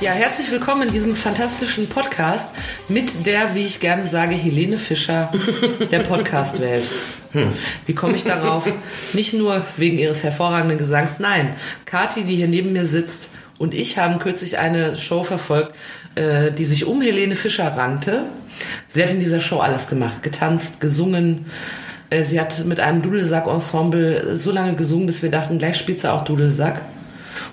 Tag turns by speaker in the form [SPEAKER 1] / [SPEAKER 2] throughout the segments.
[SPEAKER 1] Ja, herzlich willkommen in diesem fantastischen Podcast mit der, wie ich gerne sage, Helene Fischer der Podcast-Welt. Wie komme ich darauf? Nicht nur wegen ihres hervorragenden Gesangs, nein. Kathi, die hier neben mir sitzt, und ich haben kürzlich eine Show verfolgt, äh, die sich um Helene Fischer rankte. Sie hat in dieser Show alles gemacht, getanzt, gesungen. Äh, Sie hat mit einem Dudelsack-Ensemble so lange gesungen, bis wir dachten, gleich spielt sie auch Dudelsack.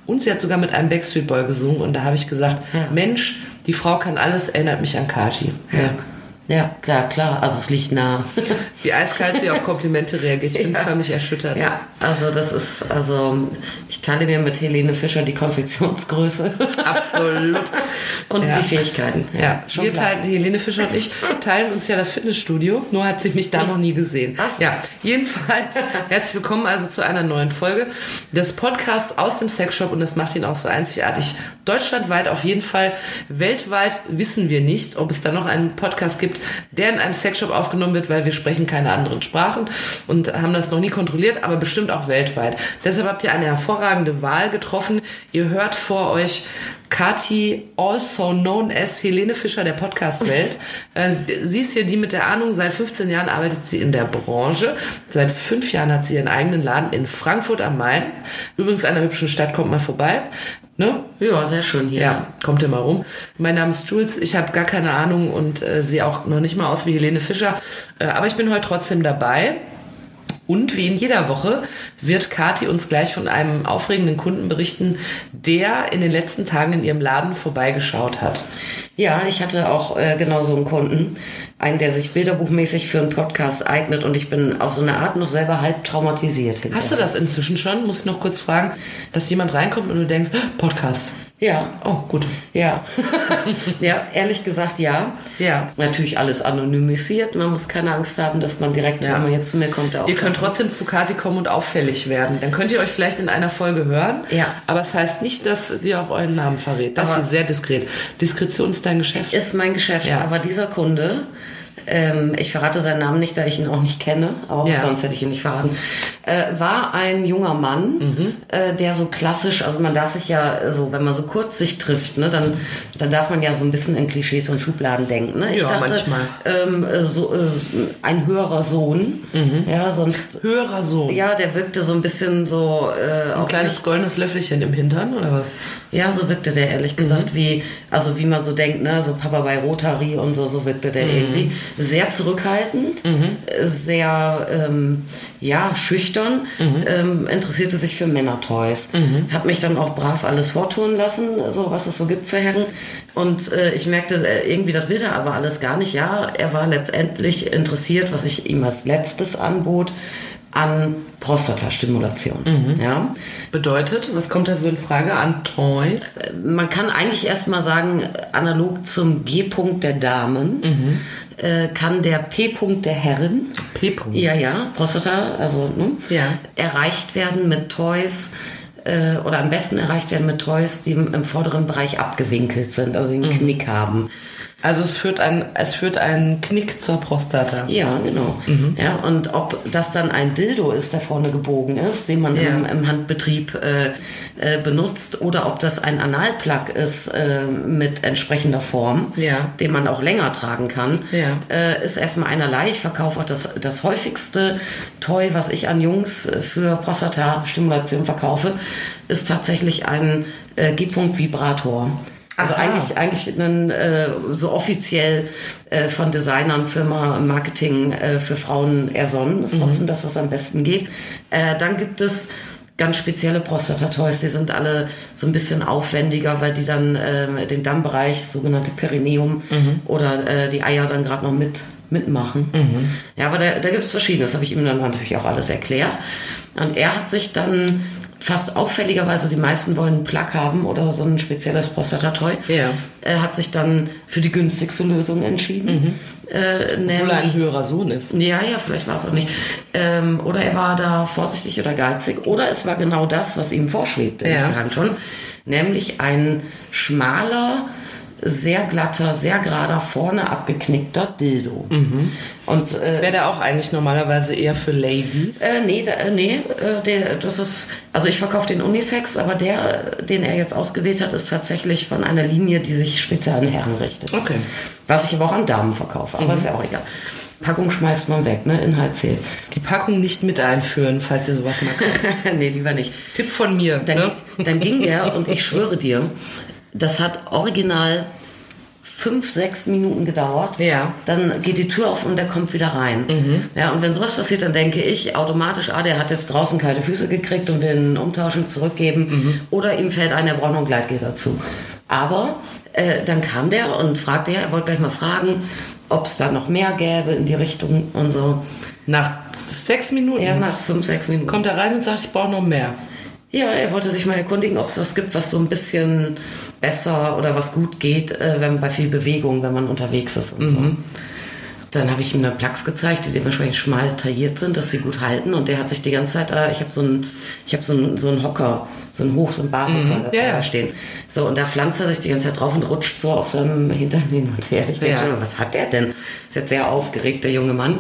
[SPEAKER 1] Und sie hat sogar mit einem Backstreet Boy gesungen und da habe ich gesagt,
[SPEAKER 2] Ja.
[SPEAKER 1] Mensch, die Frau kann alles, erinnert mich an Kati. Ja.
[SPEAKER 2] Ja, klar, klar. Also es liegt nah.
[SPEAKER 1] Wie eiskalt sie auf Komplimente reagiert. Ich bin förmlich erschüttert.
[SPEAKER 2] ja, also das ist, also ich teile mir mit Helene Fischer die Konfektionsgröße
[SPEAKER 1] Absolut.
[SPEAKER 2] und
[SPEAKER 1] Ja.
[SPEAKER 2] die Fähigkeiten. Ja,
[SPEAKER 1] Ja,
[SPEAKER 2] schon
[SPEAKER 1] wir
[SPEAKER 2] klar.
[SPEAKER 1] teilen, Helene Fischer und ich teilen uns ja das Fitnessstudio, nur hat sie mich da noch nie gesehen.
[SPEAKER 2] Ach so.
[SPEAKER 1] Ja, jedenfalls herzlich willkommen also zu einer neuen Folge des Podcasts aus dem Sexshop und das macht ihn auch so einzigartig. Deutschlandweit auf jeden Fall, weltweit wissen wir nicht, ob es da noch einen Podcast gibt, der in einem Sexshop aufgenommen wird, weil wir sprechen keine anderen Sprachen und haben das noch nie kontrolliert, aber bestimmt auch weltweit. Deshalb habt ihr eine hervorragende Wahl getroffen. Ihr hört vor euch Kati, also known as Helene Fischer der Podcast-Welt. Äh, sie ist hier die mit der Ahnung. Seit 15 Jahren arbeitet sie in der Branche. Seit fünf Jahren hat sie ihren eigenen Laden in Frankfurt am Main. Übrigens einer hübschen Stadt, kommt mal vorbei. Ne?
[SPEAKER 2] ja, sehr schön hier.
[SPEAKER 1] Ja, kommt immer rum. Mein Name ist Jules, ich habe gar keine Ahnung und äh, sehe auch noch nicht mal aus wie Helene Fischer. Äh, aber ich bin heute trotzdem dabei. Und wie in jeder Woche wird Kati uns gleich von einem aufregenden Kunden berichten, der in den letzten Tagen in ihrem Laden vorbeigeschaut hat.
[SPEAKER 2] Ja, ich hatte auch äh, genau so einen Kunden, einen, der sich bilderbuchmäßig für einen Podcast eignet und ich bin auf so eine Art noch selber halb traumatisiert. hinterher.
[SPEAKER 1] Hast du das inzwischen schon? Muss ich noch kurz fragen, dass jemand reinkommt und du denkst, "Ah, Podcast.
[SPEAKER 2] Ja,
[SPEAKER 1] Oh, gut.
[SPEAKER 2] ja. ja, ehrlich gesagt ja.
[SPEAKER 1] Ja.
[SPEAKER 2] Natürlich alles anonymisiert. Man muss keine Angst haben, dass man direkt,
[SPEAKER 1] Ja.
[SPEAKER 2] wenn man jetzt zu mir kommt, da auch
[SPEAKER 1] Ihr könnt trotzdem zu Kati kommen und auffällig werden. Dann könnt ihr euch vielleicht in einer Folge hören.
[SPEAKER 2] Ja.
[SPEAKER 1] Aber es heißt nicht, dass sie auch euren Namen verrät. Das
[SPEAKER 2] Aber-
[SPEAKER 1] ist sehr diskret. Diskretion ist dein Geschäft.
[SPEAKER 2] ist mein Geschäft.
[SPEAKER 1] Ja.
[SPEAKER 2] Aber dieser Kunde, ähm, ich verrate seinen Namen nicht, da ich ihn auch nicht kenne, aber auch
[SPEAKER 1] Ja.
[SPEAKER 2] sonst hätte ich ihn nicht verraten, äh, war ein junger Mann,
[SPEAKER 1] Mhm.
[SPEAKER 2] äh, der so klassisch, also man darf sich ja äh, so, wenn man so kurz sich trifft, ne, dann, dann darf man ja so ein bisschen in Klischees und Schubladen denken. Ne? Ich
[SPEAKER 1] Ja,
[SPEAKER 2] dachte,
[SPEAKER 1] manchmal.
[SPEAKER 2] Ähm, äh, so, äh, ein höherer Sohn,
[SPEAKER 1] Mhm.
[SPEAKER 2] ja, sonst...
[SPEAKER 1] Höherer Sohn.
[SPEAKER 2] Ja, der wirkte so ein bisschen so äh,
[SPEAKER 1] Ein
[SPEAKER 2] auf mich-
[SPEAKER 1] kleines goldenes Löffelchen im Hintern oder was?
[SPEAKER 2] Ja, so wirkte der ehrlich gesagt, wie, also wie man so denkt, ne, so Papa bei Rotary und so, so wirkte der irgendwie. Sehr zurückhaltend, äh, sehr, ähm, ja, schüchtern, ähm, interessierte sich für Männertoys. Hab mich dann auch brav alles vortun lassen, so was es so gibt für Herren. Und äh, ich merkte, äh, irgendwie, das will er aber alles gar nicht. Ja, er war letztendlich interessiert, was ich ihm als letztes anbot, an Prostatastimulation. Ja.
[SPEAKER 1] Bedeutet, was kommt da so in Frage an Toys?
[SPEAKER 2] man kann eigentlich erstmal sagen, analog zum G-Punkt der Damen äh, kann der P-Punkt der Herren,
[SPEAKER 1] P-Punkt.
[SPEAKER 2] Äh, ja, ja, Prostata, also ne,
[SPEAKER 1] Ja.
[SPEAKER 2] erreicht werden mit Toys äh, oder am besten erreicht werden mit Toys, die im, im vorderen Bereich abgewinkelt sind, also den Knick haben.
[SPEAKER 1] Also es führt, ein, es führt einen Knick zur Prostata.
[SPEAKER 2] Ja, genau.
[SPEAKER 1] Mhm.
[SPEAKER 2] Ja, und ob das dann ein Dildo ist, der vorne gebogen ist, den man
[SPEAKER 1] Ja.
[SPEAKER 2] im, im Handbetrieb äh, äh, benutzt, oder ob das ein Analplug ist äh, mit entsprechender Form,
[SPEAKER 1] Ja.
[SPEAKER 2] den man auch länger tragen kann,
[SPEAKER 1] Ja.
[SPEAKER 2] äh, ist erstmal einerlei. Ich verkaufe auch das, das häufigste Toy, was ich an Jungs äh, für Prostata-Stimulation verkaufe, ist tatsächlich ein äh, G-Punkt-Vibrator. Also
[SPEAKER 1] Aha.
[SPEAKER 2] eigentlich eigentlich einen, äh, so offiziell äh, von Designern, Firma, Marketing äh, für Frauen ersonnen. Ist trotzdem das, was am besten geht. Äh, dann gibt es ganz spezielle Prostata-Toys, die sind alle so ein bisschen aufwendiger, weil die dann ähm, den Dammbereich, sogenannte Perineum oder äh, die Eier dann gerade noch mit mitmachen. Ja, aber da, da gibt es verschiedene. Das habe ich ihm dann natürlich auch alles erklärt. Und er hat sich dann fast auffälligerweise, die meisten wollen einen Plug haben oder so ein spezielles Prostatatoy,
[SPEAKER 1] Ja.
[SPEAKER 2] äh, hat sich dann für die günstigste Lösung entschieden. Äh,
[SPEAKER 1] Mhm. Obwohl er
[SPEAKER 2] nämlich,
[SPEAKER 1] ein höherer Sohn ist.
[SPEAKER 2] ja, ja, vielleicht war es auch nicht. Ähm, oder er war da vorsichtig oder geizig. Oder es war genau das, was ihm vorschwebte
[SPEAKER 1] Ja.
[SPEAKER 2] insgeheim schon. Nämlich ein schmaler, sehr glatter, sehr gerader, vorne abgeknickter Dildo.
[SPEAKER 1] Mhm.
[SPEAKER 2] Und äh,
[SPEAKER 1] Wäre der auch eigentlich normalerweise eher für Ladies?
[SPEAKER 2] äh, nee, da, äh, nee äh, der, das ist, also ich verkaufe den Unisex, aber der, äh, den er jetzt ausgewählt hat, ist tatsächlich von einer Linie, die sich speziell an Herren richtet.
[SPEAKER 1] Okay.
[SPEAKER 2] Was ich aber auch an Damen verkaufe, aber ist ja auch egal. Packung schmeißt man weg, ne? Inhalt zählt.
[SPEAKER 1] Die Packung nicht mit einführen, falls ihr sowas mal kauft.
[SPEAKER 2] nee, lieber nicht.
[SPEAKER 1] Tipp von mir.
[SPEAKER 2] Dann,
[SPEAKER 1] ne?
[SPEAKER 2] dann ging der und ich schwöre dir, das hat original fünf, sechs Minuten gedauert.
[SPEAKER 1] Ja. Mhm.
[SPEAKER 2] Dann geht die Tür auf und der kommt wieder rein. Ja, und wenn sowas passiert, dann denke ich automatisch, ah, der hat jetzt draußen kalte Füße gekriegt und will ihn umtauschen, zurückgeben.
[SPEAKER 1] Mhm.
[SPEAKER 2] Oder ihm fällt ein, er braucht noch einen Gleitgel dazu. Aber äh, dann kam der und fragte, ja, er wollte gleich mal fragen, ob es da noch mehr gäbe in die Richtung und so.
[SPEAKER 1] Nach sechs Minuten
[SPEAKER 2] Ja, nach fünf, sechs Minuten.
[SPEAKER 1] kommt er rein und sagt, ich brauche noch mehr.
[SPEAKER 2] Ja, er wollte sich mal erkundigen, ob es was gibt, was so ein bisschen besser oder was gut geht, äh, wenn bei viel Bewegung, wenn man unterwegs ist und
[SPEAKER 1] Mhm.
[SPEAKER 2] so. Dann habe ich ihm da Plugs gezeigt, die dementsprechend schmal tailliert sind, dass sie gut halten. Und der hat sich die ganze Zeit, äh, ich habe so einen, ich habe so einen, so einen Hocker, so einen Hoch, so einen Barhocker
[SPEAKER 1] Mhm.
[SPEAKER 2] äh,
[SPEAKER 1] ja,
[SPEAKER 2] da
[SPEAKER 1] ja.
[SPEAKER 2] stehen. So und da pflanzt er sich die ganze Zeit drauf und rutscht so auf seinem Hintern hin und her. Ich denke
[SPEAKER 1] Ja.
[SPEAKER 2] schon, was hat der denn? Ist jetzt sehr aufgeregt, der junge Mann.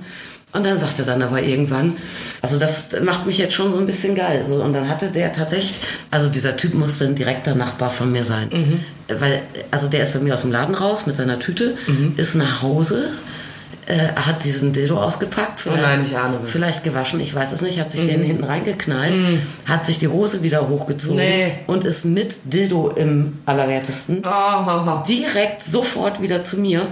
[SPEAKER 2] Und dann sagt er dann aber irgendwann, also das macht mich jetzt schon so ein bisschen geil. So, und dann hatte der tatsächlich, also dieser Typ musste ein direkter Nachbar von mir sein.
[SPEAKER 1] Mhm.
[SPEAKER 2] Weil, also der ist bei mir aus dem Laden raus mit seiner Tüte, ist nach Hause, äh, hat diesen Dildo ausgepackt. Vielleicht,
[SPEAKER 1] Oh nein, ich ahne was.
[SPEAKER 2] Vielleicht gewaschen, ich weiß es nicht, hat sich
[SPEAKER 1] Mhm.
[SPEAKER 2] den hinten reingeknallt, hat sich die Hose wieder hochgezogen
[SPEAKER 1] Nee.
[SPEAKER 2] und ist mit Dildo im Allerwertesten
[SPEAKER 1] Oh,
[SPEAKER 2] direkt sofort wieder zu mir,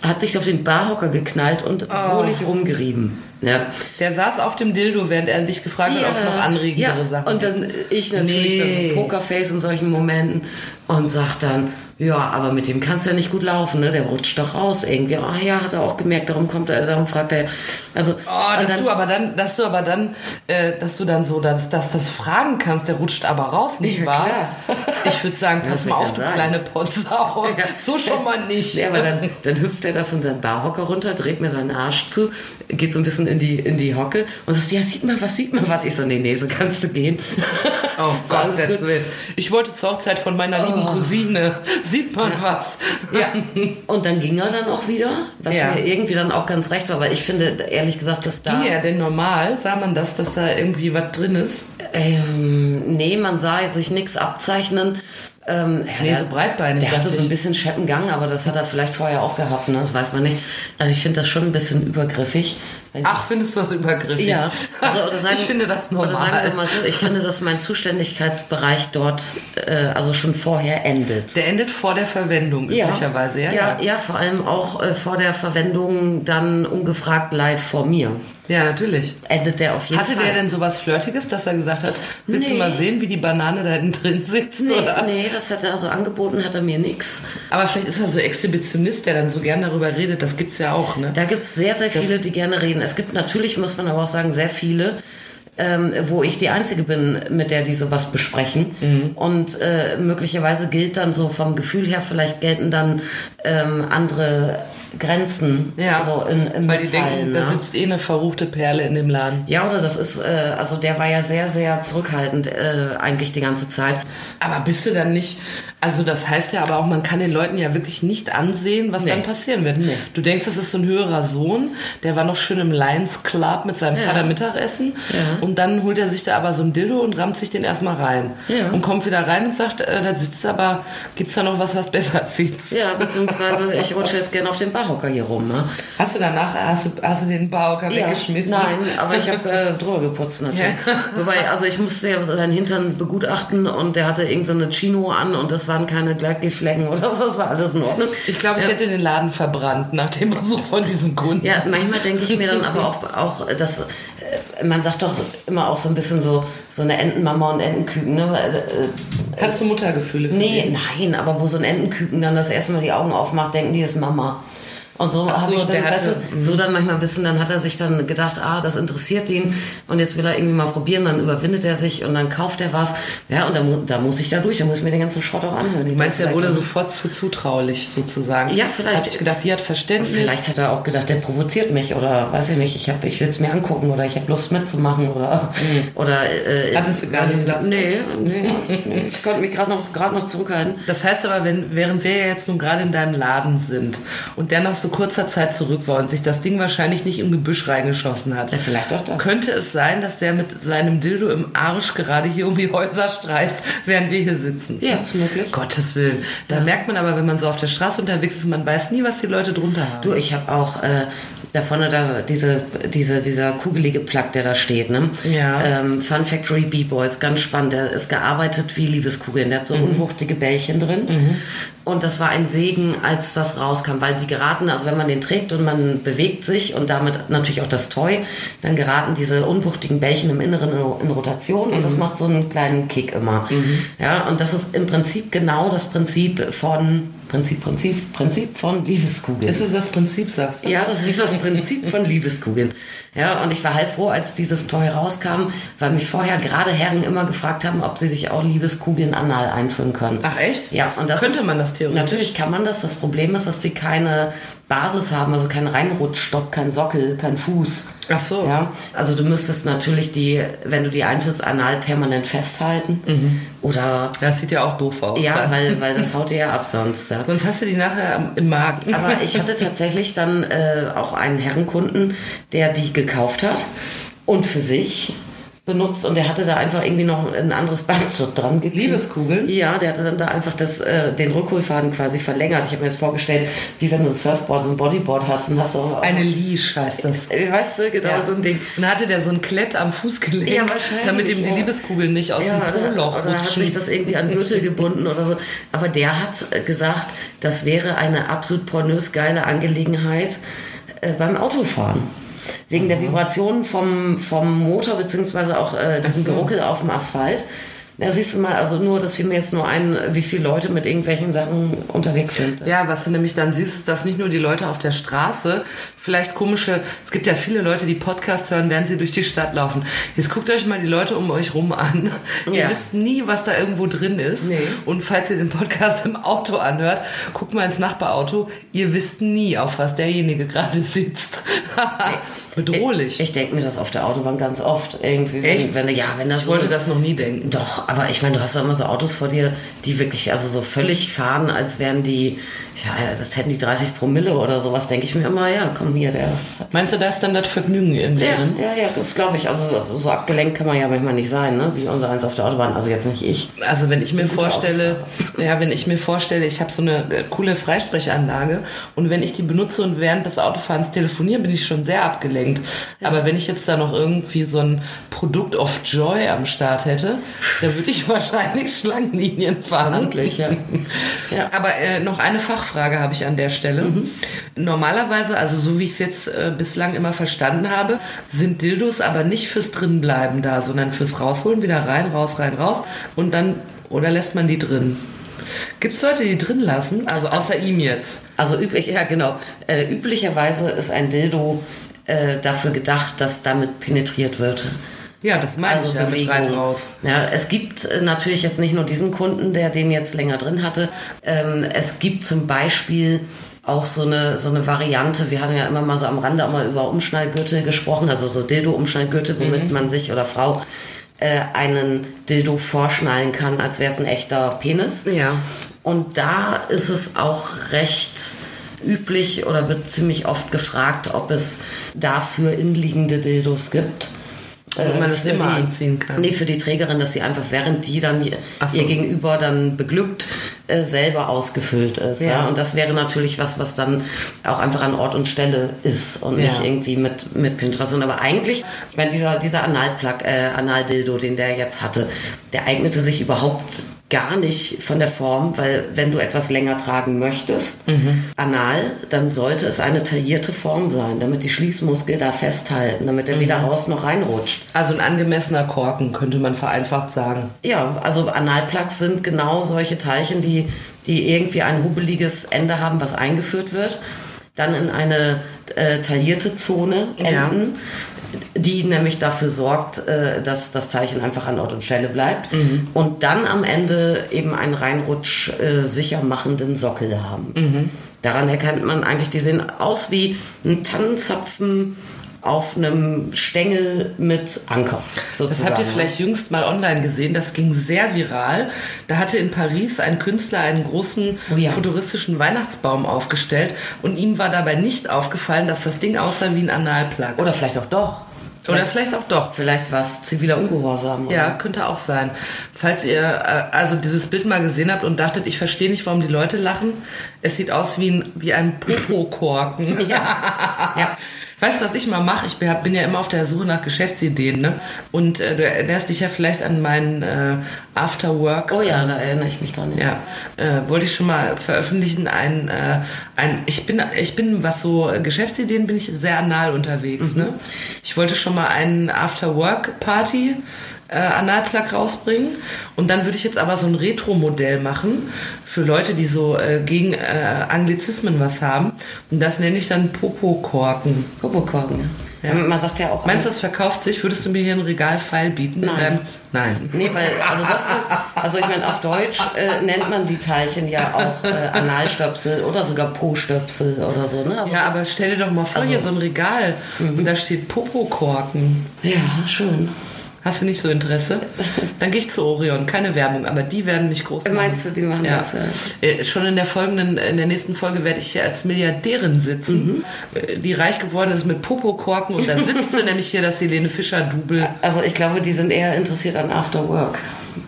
[SPEAKER 2] hat sich auf den Barhocker geknallt und
[SPEAKER 1] Oh.
[SPEAKER 2] wohlig rumgerieben. Ja.
[SPEAKER 1] Der saß auf dem Dildo, während er dich gefragt hat, ob es noch anregendere
[SPEAKER 2] ja.
[SPEAKER 1] Sachen
[SPEAKER 2] Und dann äh, ich natürlich
[SPEAKER 1] Nee.
[SPEAKER 2] dann so Pokerface in solchen Momenten und sag dann, ja, aber mit dem kannst du ja nicht gut laufen, ne? Der rutscht doch raus irgendwie. Ah ja, hat er auch gemerkt, darum kommt er, darum fragt er. Also
[SPEAKER 1] Oh,
[SPEAKER 2] und
[SPEAKER 1] dass
[SPEAKER 2] dann-
[SPEAKER 1] du aber dann, dass du aber dann, äh, dass du dann so, dass, dass das fragen kannst, der rutscht aber raus, nicht
[SPEAKER 2] Ja,
[SPEAKER 1] wahr?
[SPEAKER 2] klar.
[SPEAKER 1] Ich würde sagen,
[SPEAKER 2] Was
[SPEAKER 1] pass
[SPEAKER 2] soll
[SPEAKER 1] mal
[SPEAKER 2] ich
[SPEAKER 1] auf,
[SPEAKER 2] denn
[SPEAKER 1] du
[SPEAKER 2] sagen?
[SPEAKER 1] kleine Potsau.
[SPEAKER 2] Ja.
[SPEAKER 1] So schon mal nicht.
[SPEAKER 2] Nee, aber dann, dann hüpft er da von seinem Barhocker runter, dreht mir seinen Arsch zu, geht so ein bisschen in die, in die Hocke und sagt, ja, sieht mal was, sieht mal was. Ich so, nee, nee, so kannst du gehen.
[SPEAKER 1] Oh
[SPEAKER 2] War
[SPEAKER 1] Gott,
[SPEAKER 2] alles
[SPEAKER 1] das
[SPEAKER 2] gut. Oh.
[SPEAKER 1] will. Ich wollte zur Hochzeit von meiner lieben Cousine. Sieht man was?
[SPEAKER 2] Ja, und dann ging er dann auch wieder, was
[SPEAKER 1] Ja.
[SPEAKER 2] mir irgendwie dann auch ganz recht war, weil ich finde, ehrlich gesagt, dass da...
[SPEAKER 1] Ging er denn normal? Sah man das, dass da irgendwie was drin ist?
[SPEAKER 2] Ähm, nee, man sah jetzt sich nichts abzeichnen. Ähm, ja,
[SPEAKER 1] Nee,
[SPEAKER 2] der-
[SPEAKER 1] so breitbeinig,
[SPEAKER 2] Der hatte
[SPEAKER 1] dachte
[SPEAKER 2] so ein
[SPEAKER 1] ich.
[SPEAKER 2] bisschen Scheppengang, aber das hat er vielleicht vorher auch gehabt, ne? das weiß man nicht. Also ich finde das schon ein bisschen übergriffig. wenn die-
[SPEAKER 1] Ach, findest du das übergriffig?
[SPEAKER 2] Ja, also, oder sagen,
[SPEAKER 1] ich finde das
[SPEAKER 2] Oder sagen wir
[SPEAKER 1] normal.
[SPEAKER 2] mal so, ich finde, dass mein Zuständigkeitsbereich dort äh, also schon vorher endet.
[SPEAKER 1] Der endet vor der Verwendung üblicherweise, ja?
[SPEAKER 2] ja, ja, vor allem auch äh, vor der Verwendung dann ungefragt live vor mir.
[SPEAKER 1] Ja, natürlich.
[SPEAKER 2] Endet der auf jeden
[SPEAKER 1] Hatte
[SPEAKER 2] Fall.
[SPEAKER 1] der denn sowas Flirtiges, dass er gesagt hat, willst du
[SPEAKER 2] Nee.
[SPEAKER 1] mal sehen, wie die Banane da hinten drin sitzt? oder?
[SPEAKER 2] Nee, nee, das hat er also angeboten, hat er mir nichts.
[SPEAKER 1] Aber vielleicht ist er so Exhibitionist, der dann so gern darüber redet. Das gibt's ja auch, ne?
[SPEAKER 2] Da gibt es sehr, sehr viele, die gerne reden. Es gibt natürlich, muss man aber auch sagen, sehr viele, ähm, wo ich die Einzige bin, mit der die sowas besprechen. Und äh, möglicherweise gilt dann so vom Gefühl her, vielleicht gelten dann ähm, andere Grenzen.
[SPEAKER 1] Ja,
[SPEAKER 2] so in, im
[SPEAKER 1] weil die
[SPEAKER 2] Metall,
[SPEAKER 1] denken,
[SPEAKER 2] ne?
[SPEAKER 1] da sitzt eh eine verruchte Perle in dem Laden.
[SPEAKER 2] ja, oder das ist, äh, also der war ja sehr, sehr zurückhaltend äh, eigentlich die ganze Zeit.
[SPEAKER 1] Aber bist du dann nicht, also das heißt ja aber auch, man kann den Leuten ja wirklich nicht ansehen, was
[SPEAKER 2] Nee.
[SPEAKER 1] dann passieren wird. Du denkst, das ist so ein höherer Sohn, der war noch schön im Lions Club mit seinem Vater Mittagessen und dann holt er sich da aber so ein Dildo und rammt sich den erstmal rein
[SPEAKER 2] Ja.
[SPEAKER 1] und kommt wieder rein und sagt, äh, da sitzt aber, gibt's da noch was, was besser sitzt?
[SPEAKER 2] Ja, beziehungsweise ich rutsche jetzt gerne auf den Barhocker hier rum. Ne?
[SPEAKER 1] Hast du danach, hast du, hast du den Bauhocker weggeschmissen?
[SPEAKER 2] Nein, aber ich habe äh, drüber geputzt natürlich. Wobei, also ich musste ja seinen Hintern begutachten und der hatte irgendeine so eine Chino an und das waren keine Gleitgeflecken oder so, das war alles in Ordnung.
[SPEAKER 1] Ich glaube, ich hätte den Laden verbrannt nach dem Besuch von diesem Kunden.
[SPEAKER 2] Ja, manchmal denke ich mir dann aber auch, auch dass äh, man sagt doch immer auch so ein bisschen so, so eine Entenmama und Entenküken, ne? Weil, äh,
[SPEAKER 1] Hattest du Muttergefühle für
[SPEAKER 2] Nee,
[SPEAKER 1] den?
[SPEAKER 2] nein, aber wo so ein Entenküken dann das erste Mal die Augen aufmacht, denken die, ist Mama. Und so
[SPEAKER 1] Ach so, mhm.
[SPEAKER 2] habe ich
[SPEAKER 1] der
[SPEAKER 2] dann,
[SPEAKER 1] hatte-
[SPEAKER 2] weißt du, so dann manchmal wissen, dann hat er sich dann gedacht, ah, das interessiert ihn und jetzt will er irgendwie mal probieren, dann überwindet er sich und dann kauft er was. Ja, und dann, mu- da muss ich da durch, da muss ich mir den ganzen Schrott auch anhören.
[SPEAKER 1] Du meinst, er wurde
[SPEAKER 2] so
[SPEAKER 1] sofort zu zutraulich sozusagen.
[SPEAKER 2] also- Ja, vielleicht.
[SPEAKER 1] Hat sich gedacht, die hat Verständnis.
[SPEAKER 2] Vielleicht hat er auch gedacht, der provoziert mich oder weiß ich nicht, ich, hab- ich will es mir angucken oder ich habe Lust mitzumachen oder. oder äh,
[SPEAKER 1] Hat es Mhm. gar
[SPEAKER 2] weiß
[SPEAKER 1] nicht
[SPEAKER 2] ich
[SPEAKER 1] gelassen?
[SPEAKER 2] Nee, nee, hab ich nicht. ich konnte mich gerade noch, grad noch zurückhalten.
[SPEAKER 1] Das heißt aber, wenn, während wir ja jetzt nun gerade in deinem Laden sind und der nach so kurzer Zeit zurück war und sich das Ding wahrscheinlich nicht im Gebüsch reingeschossen hat,
[SPEAKER 2] Ja, vielleicht auch das.
[SPEAKER 1] könnte es sein, dass der mit seinem Dildo im Arsch gerade hier um die Häuser streicht, während wir hier sitzen.
[SPEAKER 2] Ja, ist möglich.
[SPEAKER 1] Gottes Willen. Da merkt man aber, wenn man so auf der Straße unterwegs ist, man weiß nie, was die Leute drunter haben.
[SPEAKER 2] Du, ich habe auch äh, da vorne da diese, diese, dieser kugelige Plug, der da steht, ne?
[SPEAKER 1] Ja.
[SPEAKER 2] Ähm, Fun Factory B-Boys, ganz spannend. Der ist gearbeitet wie Liebeskugeln. Der hat so unwuchtige Bällchen drin. Und das war ein Segen, als das rauskam, weil die geraten, also wenn man den trägt und man bewegt sich und damit natürlich auch das Toy, dann geraten diese unwuchtigen Bällchen im Inneren in- in Rotation und das macht so einen kleinen Kick immer. Ja, und das ist im Prinzip genau das Prinzip von Prinzip, Prinzip, Prinzip von Liebeskugeln.
[SPEAKER 1] ist es das Prinzip, sagst du?
[SPEAKER 2] Ja, das ist das Prinzip von Liebeskugeln. Ja, und ich war halb froh, als dieses Toy rauskam, weil mich vorher gerade Herren immer gefragt haben, ob sie sich auch Liebeskugeln anal einführen können.
[SPEAKER 1] Ach echt?
[SPEAKER 2] Ja, und das
[SPEAKER 1] Könnte
[SPEAKER 2] ist-
[SPEAKER 1] man das theoretisch?
[SPEAKER 2] Natürlich kann man das. Das Problem ist, dass die keine Basis haben, also keinen Reinrutschstock, keinen Sockel, keinen Fuß.
[SPEAKER 1] Ach so.
[SPEAKER 2] Ja, also du müsstest natürlich die, wenn du die einführst, anal permanent festhalten
[SPEAKER 1] Mhm.
[SPEAKER 2] oder
[SPEAKER 1] Das sieht ja auch doof aus.
[SPEAKER 2] ja,
[SPEAKER 1] dann.
[SPEAKER 2] weil, weil das haut dir ja ab sonst. Ja.
[SPEAKER 1] Sonst hast du die nachher am- im Magen.
[SPEAKER 2] Aber ich hatte tatsächlich dann äh, auch einen Herrenkunden, der die gekauft hat und für sich benutzt und der hatte da einfach irgendwie noch ein anderes Band so dran geklebt.
[SPEAKER 1] Liebeskugeln?
[SPEAKER 2] Ja, der hatte dann da einfach das, äh, den Rückholfaden quasi verlängert. Ich habe mir jetzt vorgestellt, wie wenn du ein Surfboard, so ein Bodyboard hast und hast so
[SPEAKER 1] Eine Leash heißt das.
[SPEAKER 2] Äh, Weißt du, genau
[SPEAKER 1] Ja.
[SPEAKER 2] so ein Ding.
[SPEAKER 1] Dann hatte der so ein Klett am Fußgelenk,
[SPEAKER 2] Ja, wahrscheinlich,
[SPEAKER 1] damit ihm die
[SPEAKER 2] ja.
[SPEAKER 1] Liebeskugeln nicht aus
[SPEAKER 2] Ja,
[SPEAKER 1] dem
[SPEAKER 2] oder,
[SPEAKER 1] Poloch
[SPEAKER 2] oder hat sich
[SPEAKER 1] rutschen.
[SPEAKER 2] das irgendwie an Gürtel gebunden oder so. Aber der hat äh, gesagt, das wäre eine absolut pornös geile Angelegenheit äh, beim Autofahren. Wegen
[SPEAKER 1] Mhm.
[SPEAKER 2] der Vibrationen vom, vom Motor, beziehungsweise auch äh, diesem
[SPEAKER 1] so.
[SPEAKER 2] Geruckel auf dem Asphalt. Da siehst du mal, also nur, das fiel mir jetzt nur ein, wie viele Leute mit irgendwelchen Sachen unterwegs sind.
[SPEAKER 1] Ja, was du nämlich dann siehst, ist, dass nicht nur die Leute auf der Straße vielleicht komische, es gibt ja viele Leute, die Podcasts hören, während sie durch die Stadt laufen. Jetzt guckt euch mal die Leute um euch rum an. Ihr
[SPEAKER 2] Ja.
[SPEAKER 1] wisst nie, was da irgendwo drin ist.
[SPEAKER 2] Nee.
[SPEAKER 1] Und falls ihr den Podcast im Auto anhört, guckt mal ins Nachbarauto. Ihr wisst nie, auf was derjenige gerade sitzt. Bedrohlich.
[SPEAKER 2] Ich, ich denke mir das auf der Autobahn ganz oft irgendwie. Wenn,
[SPEAKER 1] Echt?
[SPEAKER 2] Wenn, ja, wenn das
[SPEAKER 1] ich
[SPEAKER 2] so-
[SPEAKER 1] wollte das noch nie denken.
[SPEAKER 2] Doch, aber ich meine, du hast doch immer so Autos vor dir, die wirklich also so völlig fahren, als wären die, ja, das hätten die 30 Promille oder sowas, denke ich mir immer, ja, komm hier, der hat
[SPEAKER 1] Meinst du, da ist dann das Vergnügen irgendwie
[SPEAKER 2] ja,
[SPEAKER 1] drin?
[SPEAKER 2] ja, ja, das glaube ich. Also so abgelenkt kann man ja manchmal nicht sein, ne? Wie unser eins auf der Autobahn, also jetzt nicht ich.
[SPEAKER 1] Also wenn ich mir
[SPEAKER 2] guter
[SPEAKER 1] vorstelle, ja, wenn ich mir vorstelle, ich habe so eine äh, coole Freisprechanlage und wenn ich die benutze und während des Autofahrens telefoniere, bin ich schon sehr abgelenkt. Aber wenn ich jetzt da noch irgendwie so ein Produkt of Joy am Start hätte, dann würde ich wahrscheinlich Schlangenlinien fahren.
[SPEAKER 2] Vermutlich, ja. Ja.
[SPEAKER 1] Aber äh, noch eine Fachfrage habe ich an der Stelle. Normalerweise, also so wie ich es jetzt äh, bislang immer verstanden habe, sind Dildos aber nicht fürs Drinbleiben da, sondern fürs Rausholen, wieder rein, raus, rein, raus und dann, oder lässt man die drin? Gibt es Leute, die drin lassen? Also außer ihm jetzt.
[SPEAKER 2] Also üblich, ja genau. Äh, üblicherweise ist ein Dildo äh, dafür gedacht, dass damit penetriert wird.
[SPEAKER 1] Ja, das meine
[SPEAKER 2] Also
[SPEAKER 1] ich ja mit rein,
[SPEAKER 2] Bewegung.
[SPEAKER 1] raus.
[SPEAKER 2] Ja, es gibt äh, natürlich jetzt nicht nur diesen Kunden, der den jetzt länger drin hatte. Ähm, es gibt zum Beispiel auch so eine, so eine Variante, wir haben ja immer mal so am Rande auch mal über Umschnallgürtel gesprochen, also so
[SPEAKER 1] Mhm.
[SPEAKER 2] Dildo-Umschnallgürtel, womit man sich oder Frau äh, einen Dildo vorschnallen kann, als wäre es ein echter Penis.
[SPEAKER 1] Ja.
[SPEAKER 2] Und da ist es auch recht üblich oder wird ziemlich oft gefragt, ob es dafür inliegende Dildos gibt.
[SPEAKER 1] Ob man das
[SPEAKER 2] Äh, für
[SPEAKER 1] immer
[SPEAKER 2] die,
[SPEAKER 1] anziehen kann.
[SPEAKER 2] Nee, für die Trägerin, dass sie einfach während die dann ihr-
[SPEAKER 1] Ach so.
[SPEAKER 2] ihr gegenüber dann beglückt äh, selber ausgefüllt ist. Ja.
[SPEAKER 1] Ja.
[SPEAKER 2] Und das wäre natürlich was, was dann auch einfach an Ort und Stelle ist und
[SPEAKER 1] Ja.
[SPEAKER 2] nicht irgendwie mit, mit Penetration. Aber eigentlich, ich meine, dieser, dieser Analplug, äh, Analdildo, den der jetzt hatte, der eignete sich überhaupt gar nicht von der Form, weil wenn du etwas länger tragen möchtest,
[SPEAKER 1] Mhm.
[SPEAKER 2] anal, dann sollte es eine taillierte Form sein, damit die Schließmuskel da festhalten, damit
[SPEAKER 1] Mhm.
[SPEAKER 2] er weder raus noch reinrutscht.
[SPEAKER 1] Also ein angemessener Korken, könnte man vereinfacht sagen.
[SPEAKER 2] Ja, also Analplugs sind genau solche Teilchen, die, die irgendwie ein hubbeliges Ende haben, was eingeführt wird. dann in eine äh, taillierte Zone enden, die nämlich dafür sorgt, äh, dass das Teilchen einfach an Ort und Stelle bleibt
[SPEAKER 1] Mhm.
[SPEAKER 2] und dann am Ende eben einen Reinrutsch äh, sicher machenden Sockel haben.
[SPEAKER 1] Mhm.
[SPEAKER 2] Daran erkennt man eigentlich, die sehen aus wie ein Tannenzapfen auf einem Stängel mit Anker. Sozusagen.
[SPEAKER 1] Das habt ihr vielleicht jüngst mal online gesehen, das ging sehr viral. Da hatte in Paris ein Künstler einen großen
[SPEAKER 2] Oh ja.
[SPEAKER 1] futuristischen Weihnachtsbaum aufgestellt und ihm war dabei nicht aufgefallen, dass das Ding aussah wie ein Analplug.
[SPEAKER 2] Oder vielleicht auch doch.
[SPEAKER 1] Oder vielleicht auch doch.
[SPEAKER 2] Vielleicht war es ziviler Ungehorsam.
[SPEAKER 1] Ja, könnte auch sein. Falls ihr äh, also dieses Bild mal gesehen habt und dachtet, ich verstehe nicht, warum die Leute lachen, es sieht aus wie ein, wie ein Popo-Korken.
[SPEAKER 2] Oder? Ja. ja.
[SPEAKER 1] Weißt du, was ich mal mache? Ich bin ja immer auf der Suche nach Geschäftsideen, ne? Und äh, du erinnerst dich ja vielleicht an meinen äh, ähm, Afterwork.
[SPEAKER 2] Oh ja, da erinnere ich mich dran.
[SPEAKER 1] Ja, äh, wollte ich schon mal veröffentlichen. Ein, äh, ein, ich bin, ich bin, was so Geschäftsideen bin ich sehr anal unterwegs. Ne? Ich wollte schon mal einen After-Work-Party äh, Analplug rausbringen und dann würde ich jetzt aber so ein Retro-Modell machen für Leute, die so äh, gegen äh, Anglizismen was haben und das nenne ich dann Popo-Korken.
[SPEAKER 2] Kobokorken. Ja. Man sagt ja auch.
[SPEAKER 1] Meinst du, das verkauft sich? Würdest du mir hier ein Regalfeil bieten?
[SPEAKER 2] Nein.
[SPEAKER 1] Ähm, nein.
[SPEAKER 2] Nee, weil, also das ist, also ich meine, auf Deutsch äh, nennt man die Teilchen ja auch äh, Analstöpsel oder sogar Po-Stöpsel oder so, ne? Also,
[SPEAKER 1] Ja, aber stell dir doch mal vor, hier so ein Regal und da steht Popo-Korken.
[SPEAKER 2] ja, schön.
[SPEAKER 1] Hast du nicht so Interesse? Dann gehe ich zu Orion. Keine Werbung, aber die werden mich groß machen.
[SPEAKER 2] Meinst du, die machen
[SPEAKER 1] ja.
[SPEAKER 2] das? Ja.
[SPEAKER 1] Äh, Schon in der folgenden, in der nächsten Folge werde ich hier als Milliardärin
[SPEAKER 2] Mhm.
[SPEAKER 1] sitzen, äh, die reich geworden ist mit Popokorken und da sitzt sie nämlich hier das Helene Fischer Double.
[SPEAKER 2] Also ich glaube, die sind eher interessiert an After Work.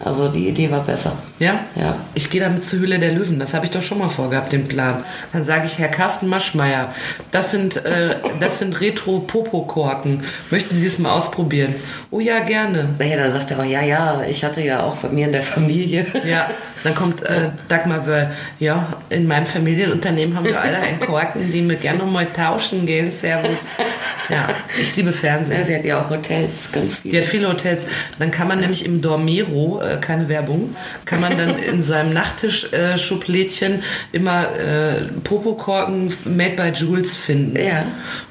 [SPEAKER 2] Also die Idee war besser.
[SPEAKER 1] Ja?
[SPEAKER 2] Ja.
[SPEAKER 1] Ich gehe damit zur Höhle der Löwen. Das habe ich doch schon mal vorgehabt, den Plan. Dann sage ich, Herr Carsten Maschmeyer, das sind, äh, das sind Retro-Popo-Korken. Möchten Sie es mal ausprobieren? Oh ja, gerne.
[SPEAKER 2] Naja, dann sagt er auch, ja, ja, ich hatte ja auch bei mir in der Familie.
[SPEAKER 1] Ja, dann kommt äh, Dagmar Wöll. Ja, in meinem Familienunternehmen haben wir alle einen Korken, den wir gerne mal tauschen gehen. Servus. Ja, ich liebe Fernsehen.
[SPEAKER 2] Ja, sie hat ja auch Hotels, ganz
[SPEAKER 1] Die
[SPEAKER 2] viele.
[SPEAKER 1] hat viele Hotels. Dann kann man nämlich im Dormero, äh, keine Werbung, kann man dann in seinem Nachttisch-Schublädchen immer äh, Popokorken made by Jules finden.
[SPEAKER 2] Ja.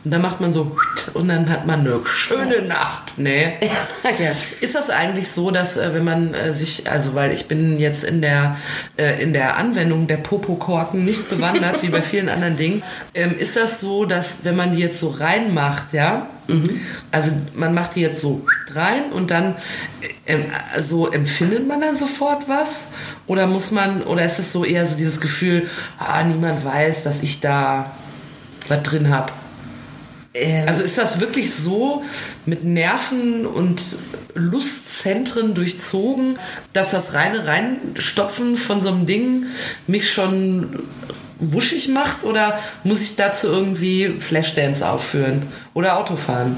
[SPEAKER 1] Und dann macht man so und dann hat man eine schöne Nacht. ne? Nee.
[SPEAKER 2] ja.
[SPEAKER 1] Ist das eigentlich so, dass äh, wenn man äh, sich, also weil ich bin jetzt in der, äh, in der Anwendung der Popokorken nicht bewandert, wie bei vielen anderen Dingen, ähm, ist das so, dass wenn man die jetzt so reinmacht, ja, also man macht die jetzt so rein und dann ähm, äh, so empfindet man dann sofort was? Oder muss man, oder ist es so eher so dieses Gefühl, ah, niemand weiß, dass ich da was drin habe?
[SPEAKER 2] Ähm,
[SPEAKER 1] Also ist das wirklich so mit Nerven und Lustzentren durchzogen, dass das reine Reinstopfen von so einem Ding mich schon wuschig macht oder muss ich dazu irgendwie Flashdance aufführen oder Auto fahren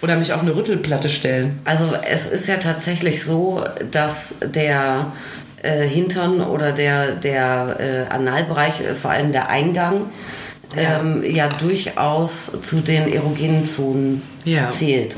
[SPEAKER 1] oder mich auf eine Rüttelplatte stellen?
[SPEAKER 2] Also es ist ja tatsächlich so, dass der äh, Hintern oder der, der äh, Analbereich, äh, vor allem der Eingang, ähm, ja durchaus zu den erogenen Zonen
[SPEAKER 1] Ja.
[SPEAKER 2] zählt.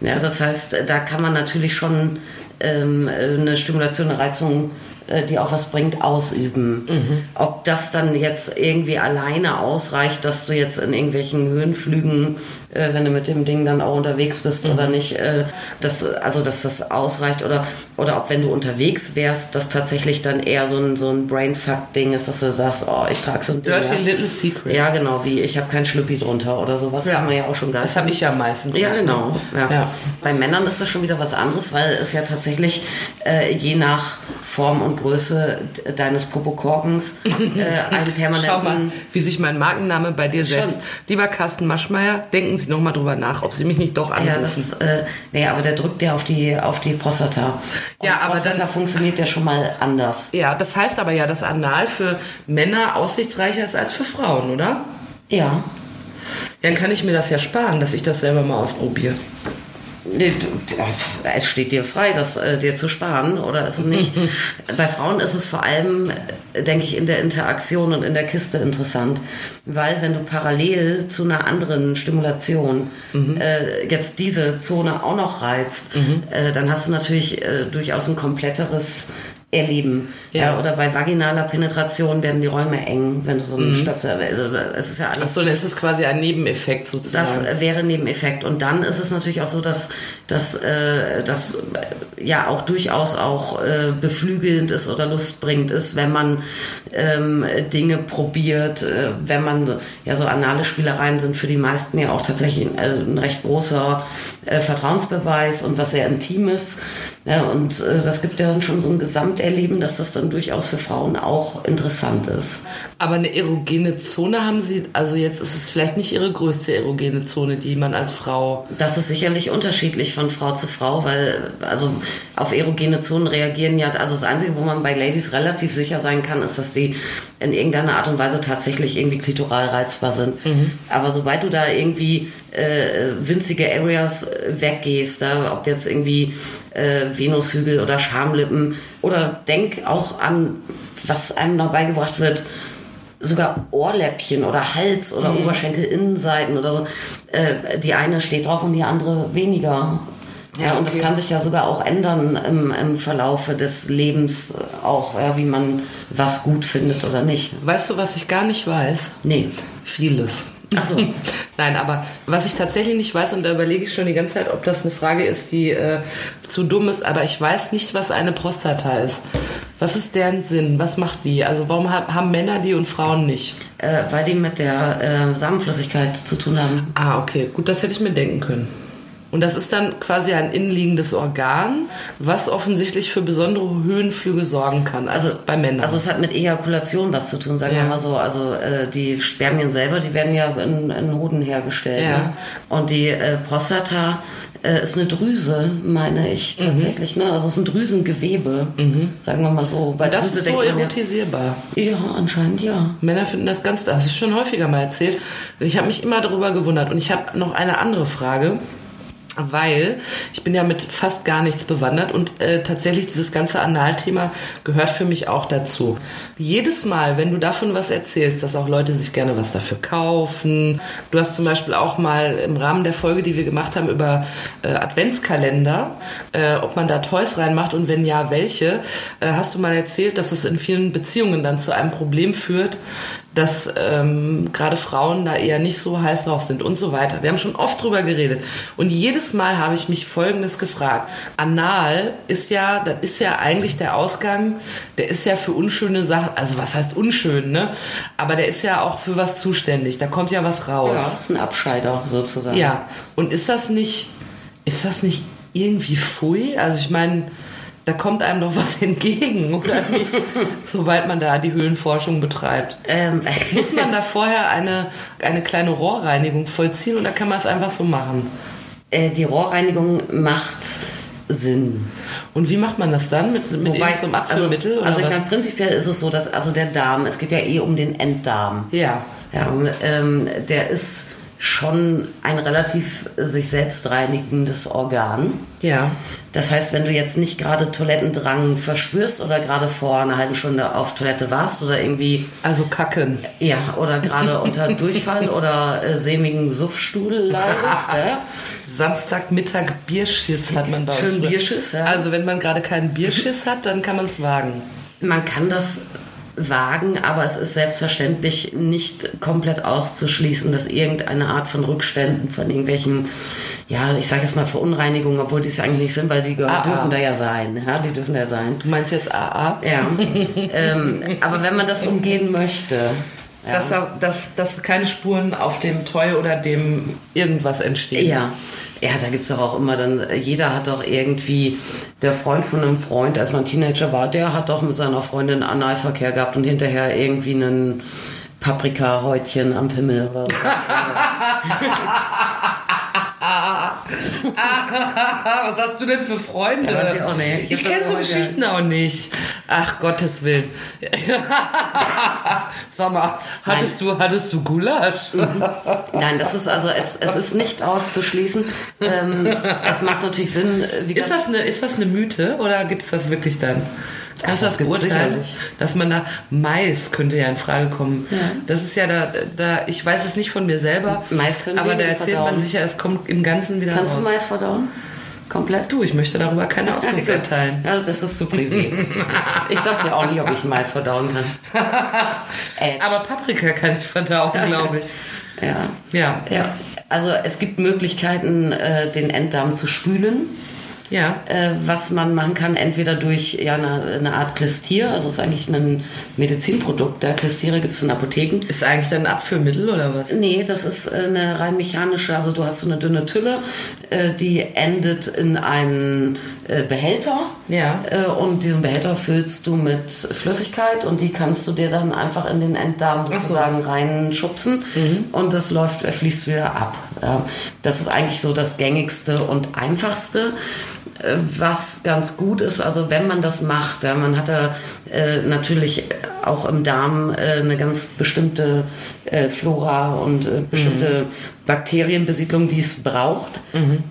[SPEAKER 2] Ja, das heißt, äh, da kann man natürlich schon ähm, äh, eine Stimulation, eine Reizung äh, die auch was bringt, ausüben.
[SPEAKER 1] Mhm.
[SPEAKER 2] Ob das dann jetzt irgendwie alleine ausreicht, dass du jetzt in irgendwelchen Höhenflügen, äh, wenn du mit dem Ding dann auch unterwegs bist
[SPEAKER 1] Mhm.
[SPEAKER 2] oder nicht, äh, dass, also dass das ausreicht oder, oder ob wenn du unterwegs wärst, das tatsächlich dann eher so ein, so ein Brainfuck-Ding ist, dass du sagst, oh, ich trage so ein Ding.
[SPEAKER 1] Dirty
[SPEAKER 2] ja.
[SPEAKER 1] Little Secret.
[SPEAKER 2] Ja, genau, wie ich habe kein Schlüppi drunter oder sowas.
[SPEAKER 1] Ja.
[SPEAKER 2] Kann man ja auch schon gar
[SPEAKER 1] Das habe ich ja meistens.
[SPEAKER 2] ja,
[SPEAKER 1] nicht, ne?
[SPEAKER 2] genau. Ja.
[SPEAKER 1] Ja.
[SPEAKER 2] Bei Männern ist das schon wieder was anderes, weil es ja tatsächlich äh, je nach Form und Größe de- deines Popokorkens äh, einen
[SPEAKER 1] Schau mal,
[SPEAKER 2] permanenten...
[SPEAKER 1] wie sich mein Markenname bei dir setzt. Lieber Carsten Maschmeyer, denken Sie nochmal drüber nach, ob Sie mich nicht doch
[SPEAKER 2] Ja,
[SPEAKER 1] anrufen.
[SPEAKER 2] das, äh, nee, aber der drückt ja auf die, auf die Prostata. Und
[SPEAKER 1] Ja, aber
[SPEAKER 2] Prostata
[SPEAKER 1] dann-
[SPEAKER 2] funktioniert ja schon mal anders.
[SPEAKER 1] Ja, das heißt aber ja, dass Anal für Männer aussichtsreicher ist als für Frauen, oder?
[SPEAKER 2] Ja.
[SPEAKER 1] Dann kann ich mir das ja sparen, dass ich das selber mal ausprobiere.
[SPEAKER 2] Nee, du- ja, Es steht dir frei, das äh, dir zu sparen oder ist es nicht. Bei Frauen ist es vor allem, äh, denke ich, in der Interaktion und in der Kiste interessant, weil wenn du parallel zu einer anderen Stimulation äh, jetzt diese Zone auch noch reizt, äh, dann hast du natürlich äh, durchaus ein kompletteres erleben.
[SPEAKER 1] Ja.
[SPEAKER 2] Ja. oder bei vaginaler Penetration werden die Räume eng, wenn du so einen Stöpsel, also es ist ja alles.
[SPEAKER 1] Achso, dann ist es quasi ein Nebeneffekt
[SPEAKER 2] Das
[SPEAKER 1] sozusagen.
[SPEAKER 2] äh, wäre ein Nebeneffekt. Und dann ist es natürlich auch so, dass das äh, dass, äh, ja auch durchaus auch äh, beflügelnd ist oder lustbringend ist, wenn man ähm, Dinge probiert, äh, wenn man ja so anale Spielereien sind für die meisten ja auch tatsächlich ein, äh, ein recht großer äh, Vertrauensbeweis und was sehr Intimes. Ja, und äh, das gibt ja dann schon so ein Gesamterleben, dass das dann durchaus für Frauen auch interessant ist.
[SPEAKER 1] Aber eine erogene Zone haben sie, also jetzt ist es vielleicht nicht ihre größte erogene Zone, die man als Frau.
[SPEAKER 2] Das ist sicherlich unterschiedlich von Frau zu Frau, weil also auf erogene Zonen reagieren ja, also das Einzige, wo man bei Ladies relativ sicher sein kann, ist, dass sie in irgendeiner Art und Weise tatsächlich irgendwie klitoral reizbar sind. Aber sobald du da irgendwie äh, winzige Areas äh, weggehst, da, ob jetzt irgendwie äh, Venushügel oder Schamlippen oder denk auch an, was einem noch beigebracht wird, sogar Ohrläppchen oder Hals oder Oberschenkelinnenseiten oder so. Äh, die eine steht drauf und die andere weniger. Ja, und das
[SPEAKER 1] okay.
[SPEAKER 2] kann sich ja sogar auch ändern im, im Verlaufe des Lebens äh, auch, ja, wie man was gut findet oder nicht.
[SPEAKER 1] Weißt du, was ich gar nicht weiß?
[SPEAKER 2] Nee.
[SPEAKER 1] Vieles.
[SPEAKER 2] Ach so.
[SPEAKER 1] Nein, aber was ich tatsächlich nicht weiß, und da überlege ich schon die ganze Zeit, ob das eine Frage ist, die äh, zu dumm ist, aber ich weiß nicht, was eine Prostata ist. Was ist deren Sinn? Was macht die? Also warum ha- haben Männer die und Frauen nicht?
[SPEAKER 2] Äh, weil die mit der äh, Samenflüssigkeit zu tun haben.
[SPEAKER 1] Ah, okay. Gut, das hätte ich mir denken können. Und das ist dann quasi ein innenliegendes Organ, was offensichtlich für besondere Höhenflüge sorgen kann, also, bei Männern.
[SPEAKER 2] Also es hat mit Ejakulation was zu tun, sagen
[SPEAKER 1] Ja.
[SPEAKER 2] wir mal so. Also äh, die Spermien selber, die werden ja in, in Hoden hergestellt.
[SPEAKER 1] Ja.
[SPEAKER 2] Ne? Und die äh, Prostata äh, ist eine Drüse, meine ich
[SPEAKER 1] Mhm.
[SPEAKER 2] tatsächlich. Ne? Also es ist ein Drüsengewebe, sagen wir mal so. Bei
[SPEAKER 1] das
[SPEAKER 2] Drüse
[SPEAKER 1] ist so
[SPEAKER 2] denkt man
[SPEAKER 1] erotisierbar.
[SPEAKER 2] Ja, ja, anscheinend ja.
[SPEAKER 1] Männer finden das ganz, das ist schon häufiger mal erzählt. Und ich habe mich immer darüber gewundert. Und ich habe noch eine andere Frage. Weil ich bin ja mit fast gar nichts bewandert und äh, tatsächlich dieses ganze Analthema gehört für mich auch dazu. Jedes Mal, wenn du davon was erzählst, dass auch Leute sich gerne was dafür kaufen. Du hast zum Beispiel auch mal im Rahmen der Folge, die wir gemacht haben über äh, Adventskalender, äh, ob man da Toys reinmacht und wenn ja, welche, äh, hast du mal erzählt, dass es in vielen Beziehungen dann zu einem Problem führt, dass ähm, gerade Frauen da eher nicht so heiß drauf sind und so weiter. Wir haben schon oft drüber geredet. Und jedes Mal habe ich mich Folgendes gefragt. Anal ist ja, das ist ja eigentlich der Ausgang, der ist ja für unschöne Sachen, also was heißt unschön, ne? Aber der ist ja auch für was zuständig. Da kommt ja was
[SPEAKER 2] Ja,
[SPEAKER 1] raus.
[SPEAKER 2] das ist ein Abscheider sozusagen.
[SPEAKER 1] Ja, und ist das nicht, ist das nicht irgendwie pfui? Also ich meine, da kommt einem doch was entgegen, oder nicht? Sobald man da die Höhlenforschung betreibt.
[SPEAKER 2] Ähm,
[SPEAKER 1] Muss man da vorher eine, eine kleine Rohrreinigung vollziehen oder kann man es einfach so machen?
[SPEAKER 2] äh, die Rohrreinigung macht Sinn.
[SPEAKER 1] Und wie macht man das dann? Mit, mit Wobei, so einem Abführmittel
[SPEAKER 2] also, also
[SPEAKER 1] oder
[SPEAKER 2] ich
[SPEAKER 1] was?
[SPEAKER 2] meine, prinzipiell ist es so, dass also der Darm, es geht ja eh um den Enddarm.
[SPEAKER 1] ja.
[SPEAKER 2] Ja, ähm, der ist schon ein relativ äh, sich selbst reinigendes Organ.
[SPEAKER 1] Ja.
[SPEAKER 2] Das heißt, wenn du jetzt nicht gerade Toilettendrang verspürst oder gerade vor einer halben Stunde auf Toilette warst oder irgendwie,
[SPEAKER 1] Also kacken.
[SPEAKER 2] ja, oder gerade unter Durchfall oder äh, sämigen Suffstuhl leidest, ja,
[SPEAKER 1] Samstagmittag Bierschiss hat man bei uns.
[SPEAKER 2] Schön
[SPEAKER 1] früher.
[SPEAKER 2] Bierschiss, ja.
[SPEAKER 1] Also wenn man gerade keinen Bierschiss hat, dann kann man es wagen.
[SPEAKER 2] man kann das wagen, aber es ist selbstverständlich nicht komplett auszuschließen, dass irgendeine Art von Rückständen, von irgendwelchen, ja, ich sage jetzt mal Verunreinigungen, obwohl die es ja eigentlich nicht sind, weil die gehören,
[SPEAKER 1] Ah, ah.
[SPEAKER 2] dürfen da ja sein. Ja, die dürfen da sein.
[SPEAKER 1] Du meinst jetzt AA?
[SPEAKER 2] Ja. ähm, aber wenn man das umgehen möchte, ja,
[SPEAKER 1] Dass, da, dass, dass keine Spuren auf dem Toy oder dem irgendwas entstehen.
[SPEAKER 2] Ja. Ja, da gibt's doch auch immer dann, jeder hat doch irgendwie, der Freund von einem Freund, als man Teenager war, der hat doch mit seiner Freundin Analverkehr gehabt und hinterher irgendwie einen Paprikahäutchen am Pimmel oder so.
[SPEAKER 1] Ah, Was hast du denn für Freunde?
[SPEAKER 2] Ja, weiß ich auch nicht.
[SPEAKER 1] Ich,
[SPEAKER 2] Ich hab
[SPEAKER 1] kenne
[SPEAKER 2] das
[SPEAKER 1] so
[SPEAKER 2] auch nicht.
[SPEAKER 1] Geschichten auch nicht. Ach, Gottes Willen. Sag mal, hattest du, hattest du Gulasch?
[SPEAKER 2] Mhm. Nein, das ist also, es, es ist nicht auszuschließen. Ähm, es macht natürlich Sinn, äh, wie
[SPEAKER 1] Ist das, eine, ist das eine Mythe oder gibt es das wirklich dann? Kannst du das
[SPEAKER 2] das gibt's
[SPEAKER 1] beurteilen?
[SPEAKER 2] sicherlich.
[SPEAKER 1] Dass man da, Mais könnte ja in Frage kommen. Das ist ja da, da, ich weiß es nicht von mir selber.
[SPEAKER 2] Mais können
[SPEAKER 1] aber da
[SPEAKER 2] wenige
[SPEAKER 1] erzählt man
[SPEAKER 2] verdauen.
[SPEAKER 1] sich ja, es kommt im Ganzen wieder
[SPEAKER 2] Kannst
[SPEAKER 1] raus.
[SPEAKER 2] du Mais verdauen? komplett.
[SPEAKER 1] Du, ich möchte darüber keine Auskunft erteilen.
[SPEAKER 2] Also das ist zu privat. ich sag dir auch nicht, ob ich Mais verdauen kann. Edge.
[SPEAKER 1] Aber Paprika kann ich verdauen, glaube ich.
[SPEAKER 2] ja.
[SPEAKER 1] Ja,
[SPEAKER 2] ja. Also es gibt Möglichkeiten, äh, den Enddarm zu spülen.
[SPEAKER 1] ja.
[SPEAKER 2] äh, was man machen kann, entweder durch ja, eine, eine Art Klistier, also es ist eigentlich ein Medizinprodukt, der Klistiere gibt es in Apotheken.
[SPEAKER 1] Ist eigentlich dann ein Abführmittel oder was?
[SPEAKER 2] Nee, das ist äh, eine rein mechanische, also du hast so eine dünne Tülle, äh, die endet in einen äh, Behälter.
[SPEAKER 1] Ja.
[SPEAKER 2] Äh, Und diesen Behälter füllst du mit Flüssigkeit und die kannst du dir dann einfach in den Enddarm sozusagen reinschubsen und das läuft, äh, fließt wieder ab. Ja, Das ist eigentlich so das gängigste und einfachste. äh, Was ganz gut ist, also wenn man das macht, ja, man hat da äh, natürlich auch im Darm äh, eine ganz bestimmte äh, Flora und äh, bestimmte Bakterienbesiedlung, die es braucht.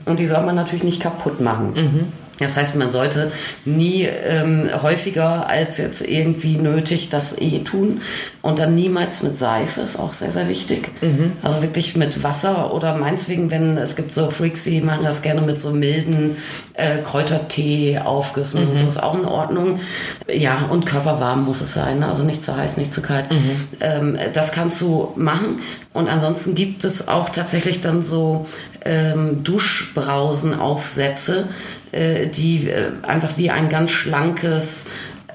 [SPEAKER 2] Und die soll man natürlich nicht kaputt machen. Das heißt, man sollte nie ähm, häufiger als jetzt irgendwie nötig das eh tun und dann niemals mit Seife, ist auch sehr, sehr wichtig. Also wirklich mit Wasser oder meinetwegen, wenn es gibt so Freaks, die machen das gerne mit so milden äh, Kräutertee aufgüssen und so ist auch in Ordnung. Ja, und körperwarm muss es sein, ne? also nicht zu heiß, nicht zu kalt. Ähm, das kannst du machen und ansonsten gibt es auch tatsächlich dann so ähm, Duschbrausenaufsätze, äh, die äh, einfach wie ein ganz schlankes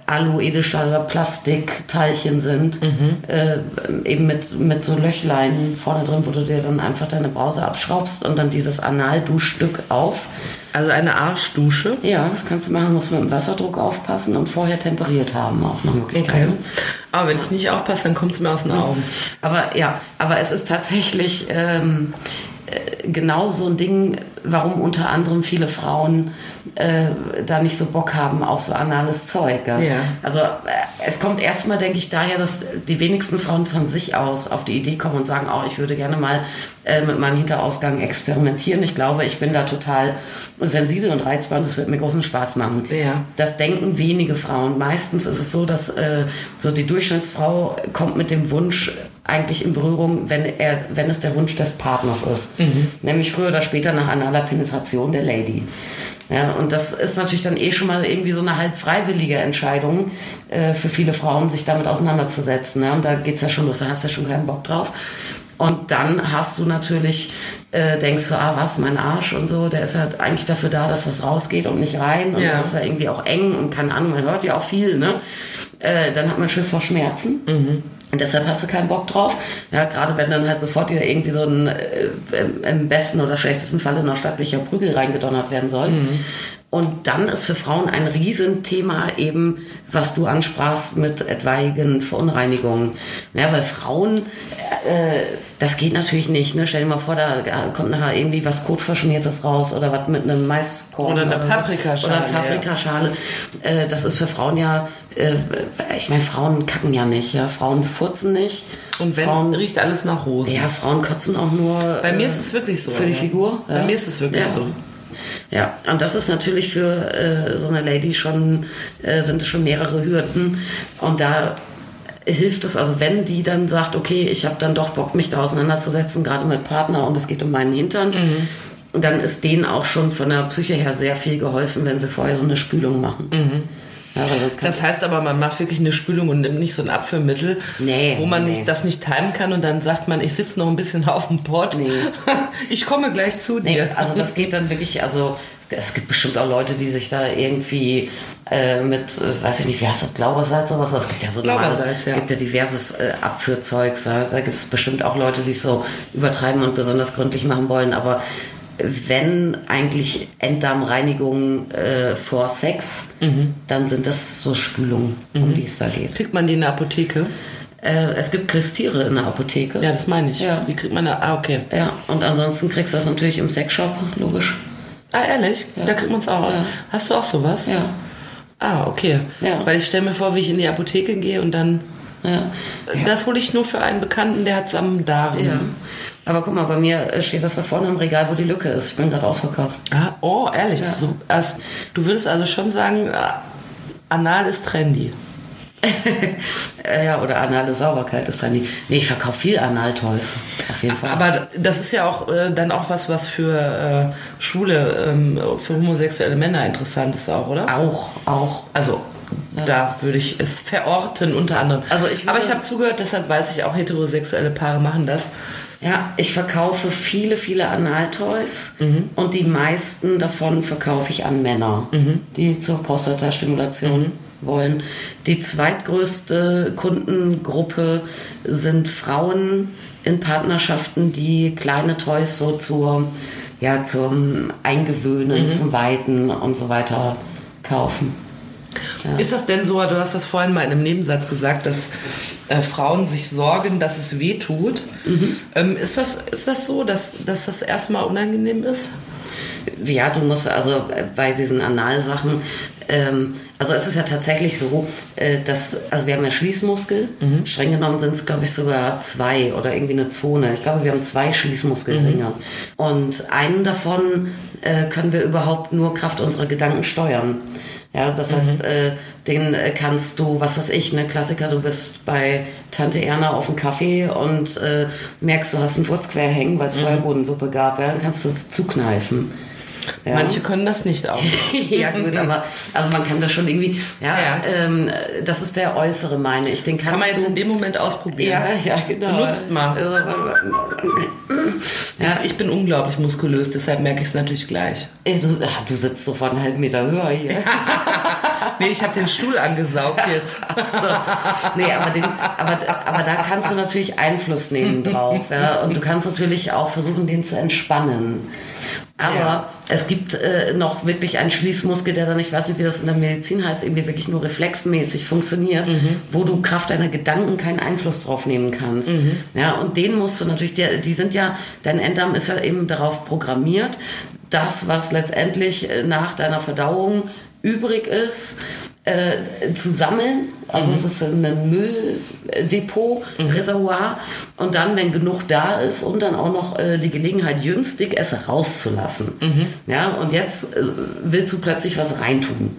[SPEAKER 2] Alu, Edelstahl oder Plastikteilchen sind, äh, eben mit, mit so Löchlein vorne drin, wo du dir dann einfach deine Brause abschraubst und dann dieses Anal-Duschstück auf.
[SPEAKER 1] Also eine Arschdusche.
[SPEAKER 2] Ja, das kannst du machen, musst mit dem Wasserdruck aufpassen und vorher temperiert haben auch noch Möglichkeit.
[SPEAKER 1] Aber wenn ich nicht aufpasse, dann kommt es mir aus den Augen.
[SPEAKER 2] Aber ja, aber es ist tatsächlich ähm, äh, genau so ein Ding, warum unter anderem viele Frauen äh, da nicht so Bock haben auf so anales Zeug. Gell?
[SPEAKER 1] Ja.
[SPEAKER 2] Also äh, es kommt erstmal, denke ich, daher, dass die wenigsten Frauen von sich aus auf die Idee kommen und sagen, oh, ich würde gerne mal äh, mit meinem Hinterausgang experimentieren. Ich glaube, ich bin da total sensibel und reizbar und es wird mir großen Spaß machen.
[SPEAKER 1] Ja.
[SPEAKER 2] Das denken wenige Frauen. Meistens ist es so, dass äh, so die Durchschnittsfrau kommt mit dem Wunsch eigentlich in Berührung, wenn, er, wenn es der Wunsch des Partners ist. Nämlich früher oder später nach analer Penetration der Lady. Ja, und das ist natürlich dann eh schon mal irgendwie so eine halb freiwillige Entscheidung äh, für viele Frauen, sich damit auseinanderzusetzen. Ne? Und da geht's ja schon los, da hast du ja schon keinen Bock drauf. Und dann hast du natürlich, äh, denkst du, ah, was, mein Arsch und so, der ist halt eigentlich dafür da, dass was rausgeht und nicht rein. Und
[SPEAKER 1] Ja.
[SPEAKER 2] das ist ja irgendwie auch eng und keine Ahnung, man hört ja auch viel, ne? Äh, dann hat man Schiss vor Schmerzen. Und deshalb hast du keinen Bock drauf. Ja, gerade wenn dann halt sofort wieder irgendwie so ein äh, im- im besten oder schlechtesten Falle noch stattlicher Prügel reingedonnert werden soll. Und dann ist für Frauen ein Riesenthema eben, was du ansprachst mit etwaigen Verunreinigungen. Ja, weil Frauen, äh, das geht natürlich nicht. Ne? Stell dir mal vor, da kommt nachher irgendwie was Kotverschmiertes raus oder was mit einem Maiskorn.
[SPEAKER 1] Oder eine Paprikaschale,
[SPEAKER 2] Oder
[SPEAKER 1] ja.
[SPEAKER 2] Paprikaschale. Äh, das ist für Frauen ja, äh, ich meine, Frauen kacken ja nicht. Ja? Frauen furzen nicht.
[SPEAKER 1] Und wenn,
[SPEAKER 2] Frauen,
[SPEAKER 1] riecht alles nach Rosen.
[SPEAKER 2] ja, Frauen kotzen auch nur.
[SPEAKER 1] Bei mir ist es wirklich so.
[SPEAKER 2] Für die
[SPEAKER 1] ja.
[SPEAKER 2] Figur?
[SPEAKER 1] Bei mir ist es wirklich
[SPEAKER 2] ja.
[SPEAKER 1] so.
[SPEAKER 2] Ja, und das ist natürlich für äh, so eine Lady schon, äh, sind es schon mehrere Hürden. Und da hilft es, also wenn die dann sagt, okay, ich habe dann doch Bock, mich da auseinanderzusetzen, gerade mit Partner und es geht um meinen Hintern,
[SPEAKER 1] Mhm.
[SPEAKER 2] dann ist denen auch schon von der Psyche her sehr viel geholfen, wenn sie vorher so eine Spülung machen. Ja, weil sonst kann
[SPEAKER 1] Mhm. Das heißt aber, man macht wirklich eine Spülung und nimmt nicht so ein Abführmittel,
[SPEAKER 2] Nee,
[SPEAKER 1] wo man
[SPEAKER 2] nee.
[SPEAKER 1] nicht, das nicht timen kann und dann sagt man, ich sitze noch ein bisschen auf dem Pott.
[SPEAKER 2] Nee.
[SPEAKER 1] Ich komme gleich zu
[SPEAKER 2] Nee,
[SPEAKER 1] dir.
[SPEAKER 2] also das geht dann wirklich, also es gibt bestimmt auch Leute, die sich da irgendwie äh, mit, äh, weiß ich nicht, wie heißt das, Glaubersalz oder was? Es gibt ja so normales-
[SPEAKER 1] Glaubersalz, ja.
[SPEAKER 2] gibt ja diverses äh, Abführzeugs. Ja. Da gibt es bestimmt auch Leute, die es so übertreiben und besonders gründlich machen wollen. Aber wenn eigentlich Enddarmreinigungen äh, vor Sex, dann sind das so Spülungen, um die es da geht.
[SPEAKER 1] Kriegt man die in der Apotheke?
[SPEAKER 2] Äh, es gibt Klistiere in der Apotheke.
[SPEAKER 1] Ja, das meine ich.
[SPEAKER 2] Ja.
[SPEAKER 1] Die kriegt man da. Ah, okay.
[SPEAKER 2] ja, und ansonsten kriegst du das natürlich im Sexshop, logisch.
[SPEAKER 1] Ah, ehrlich? Da kriegt man es auch.
[SPEAKER 2] Ja.
[SPEAKER 1] Hast du auch sowas?
[SPEAKER 2] Ja.
[SPEAKER 1] Ah, okay.
[SPEAKER 2] Ja.
[SPEAKER 1] Weil ich stelle mir vor, wie ich in die Apotheke gehe und dann.
[SPEAKER 2] Ja.
[SPEAKER 1] Das hole ich nur für einen Bekannten, der hat es am Darm.
[SPEAKER 2] Ja. Mhm. Aber guck mal, bei mir äh, steht das da vorne im Regal, wo die Lücke ist. Ich bin gerade ausverkauft.
[SPEAKER 1] Ah, oh, ehrlich.
[SPEAKER 2] Ja.
[SPEAKER 1] das ist So, also, du würdest also schon sagen, äh, anal ist trendy.
[SPEAKER 2] Äh, ja, oder anale Sauberkeit ist dann die. Nee, ich verkaufe viel Anal-Toys. Auf jeden Fall.
[SPEAKER 1] Aber das ist ja auch äh, dann auch was, was für äh, Schwule, ähm, für homosexuelle Männer interessant ist auch, oder?
[SPEAKER 2] auch, auch.
[SPEAKER 1] Also da würde ich es verorten unter anderem.
[SPEAKER 2] Also ich würde-
[SPEAKER 1] Aber ich habe zugehört, deshalb weiß ich auch, heterosexuelle Paare machen das.
[SPEAKER 2] Ja, ich verkaufe viele, viele Analtoys und die meisten davon verkaufe ich an Männer, die zur Prostatastimulation wollen. Die zweitgrößte Kundengruppe sind Frauen in Partnerschaften, die kleine Toys so zur, ja, zum Eingewöhnen, zum Weiten und so weiter kaufen.
[SPEAKER 1] Ist das denn so, du hast das vorhin mal in einem Nebensatz gesagt, dass äh, Frauen sich sorgen, dass es weh tut.
[SPEAKER 2] Mhm.
[SPEAKER 1] Ähm, ist, das, ist das so, dass, dass das erstmal unangenehm ist?
[SPEAKER 2] Ja, du musst also bei diesen Analsachen, ähm, also es ist ja tatsächlich so, äh, dass, also wir haben ja Schließmuskel, streng genommen sind es, glaube ich, sogar zwei oder irgendwie eine Zone. Ich glaube, wir haben zwei Schließmuskelringe. Und einen davon äh, können wir überhaupt nur Kraft unserer Gedanken steuern. Ja, das heißt, äh, den äh, kannst du, was weiß ich, ne Klassiker, du bist bei Tante Erna auf dem Kaffee und äh, merkst, du hast einen Furz quer hängen, weil es vorher Bodensuppe gab, ja, dann kannst du zukneifen. Ja.
[SPEAKER 1] Manche können das nicht auch.
[SPEAKER 2] ja gut, aber also man kann das schon irgendwie, ja,
[SPEAKER 1] Ja.
[SPEAKER 2] Ähm, das ist der äußere, meine ich. Den kannst
[SPEAKER 1] Kann man jetzt
[SPEAKER 2] du,
[SPEAKER 1] in dem Moment ausprobieren.
[SPEAKER 2] ja, ja, genau.
[SPEAKER 1] Benutzt mal.
[SPEAKER 2] Also,
[SPEAKER 1] Ja, ich bin unglaublich muskulös, deshalb merke ich es natürlich gleich.
[SPEAKER 2] ey, du, ah, du sitzt so von einen halben Meter höher hier.
[SPEAKER 1] Nee, ich habe den Stuhl angesaugt jetzt.
[SPEAKER 2] nee, aber, den, aber, aber da kannst du natürlich Einfluss nehmen drauf. Ja? Und du kannst natürlich auch versuchen, den zu entspannen. Aber
[SPEAKER 1] Ja.
[SPEAKER 2] es gibt äh, noch wirklich einen Schließmuskel, der dann, ich weiß nicht, wie das in der Medizin heißt, irgendwie wirklich nur reflexmäßig funktioniert, wo du Kraft deiner Gedanken keinen Einfluss drauf nehmen kannst. Ja, und den musst du natürlich, die, die sind ja, dein Enddarm ist ja eben darauf programmiert, das, was letztendlich äh, nach deiner Verdauung übrig ist, äh, zu sammeln. Also es ist ein Mülldepot, Reservoir. Und dann, wenn genug da ist, um dann auch noch äh, die Gelegenheit jüngstig es rauszulassen. Ja, und jetzt äh, willst du plötzlich was reintun.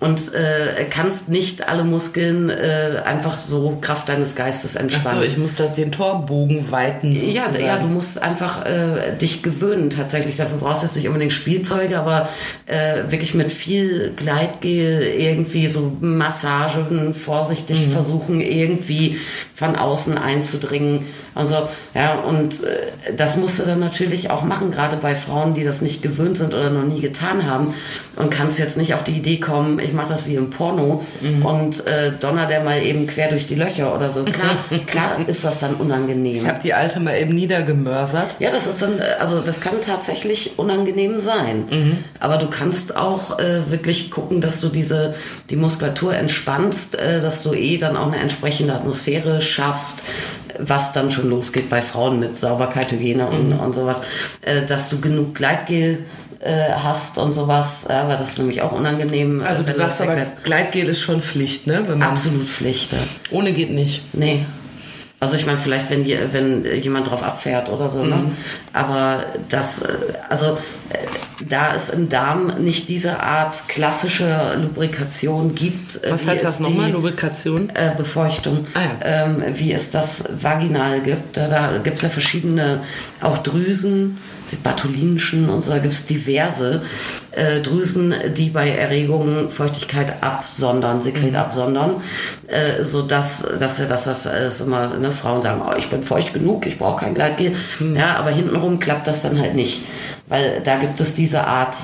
[SPEAKER 2] Und äh, kannst nicht alle Muskeln äh, einfach so Kraft deines Geistes entspannen.
[SPEAKER 1] Achso, ich muss da den Torbogen weiten
[SPEAKER 2] Ja,
[SPEAKER 1] sozusagen.
[SPEAKER 2] ja, du musst einfach äh, dich gewöhnen tatsächlich. Dafür brauchst du jetzt nicht unbedingt Spielzeuge, aber äh, wirklich mit viel Gleitgel irgendwie so Massagen vorsichtig versuchen, irgendwie von außen einzudringen. Also, ja, und äh, das musst du dann natürlich auch machen, gerade bei Frauen, die das nicht gewöhnt sind oder noch nie getan haben und kannst jetzt nicht auf die Idee kommen, ich mache das wie im Porno und äh, donner der mal eben quer durch die Löcher oder so. Klar, klar ist das dann unangenehm.
[SPEAKER 1] ich habe die alte mal eben niedergemörsert.
[SPEAKER 2] Ja, das ist dann, äh, also das kann tatsächlich unangenehm sein.
[SPEAKER 1] Mhm.
[SPEAKER 2] Aber du kannst auch äh, wirklich gucken, dass du diese die Muskulatur entspannst, äh, dass du eh dann auch eine entsprechende Atmosphäre schaffst, was dann schon losgeht bei Frauen mit Sauberkeit, Hygiene und,
[SPEAKER 1] Mhm.
[SPEAKER 2] und sowas, äh, dass du genug Gleitgel äh, hast und sowas, ja, weil das ist nämlich auch unangenehm. äh,
[SPEAKER 1] Also du
[SPEAKER 2] wenn
[SPEAKER 1] sagst
[SPEAKER 2] das
[SPEAKER 1] aber,
[SPEAKER 2] weglässt.
[SPEAKER 1] Gleitgel ist schon Pflicht, ne? Wenn man
[SPEAKER 2] absolut Pflicht. ja.
[SPEAKER 1] Ohne geht nicht.
[SPEAKER 2] Nee. Also ich meine, vielleicht, wenn, je- wenn jemand drauf abfährt oder so, ne?
[SPEAKER 1] Mhm.
[SPEAKER 2] Aber das, äh, also äh, da es im Darm nicht diese Art klassische Lubrikation gibt. äh,
[SPEAKER 1] Was
[SPEAKER 2] wie
[SPEAKER 1] heißt
[SPEAKER 2] es
[SPEAKER 1] das nochmal?
[SPEAKER 2] die-
[SPEAKER 1] Lubrikation?
[SPEAKER 2] äh, Befeuchtung,
[SPEAKER 1] Ah ja.
[SPEAKER 2] ähm, wie es das vaginal gibt. Da, da gibt es ja verschiedene, auch Drüsen, die Bartholinschen und so, da gibt es diverse äh, Drüsen, die bei Erregungen Feuchtigkeit absondern, Sekret absondern, äh, sodass dass, ja- dass das äh, ist immer, ne, Frauen sagen, oh, ich bin feucht genug, ich brauche kein Gleitgel. Ja, aber hintenrum klappt das dann halt nicht, weil da gibt es diese Art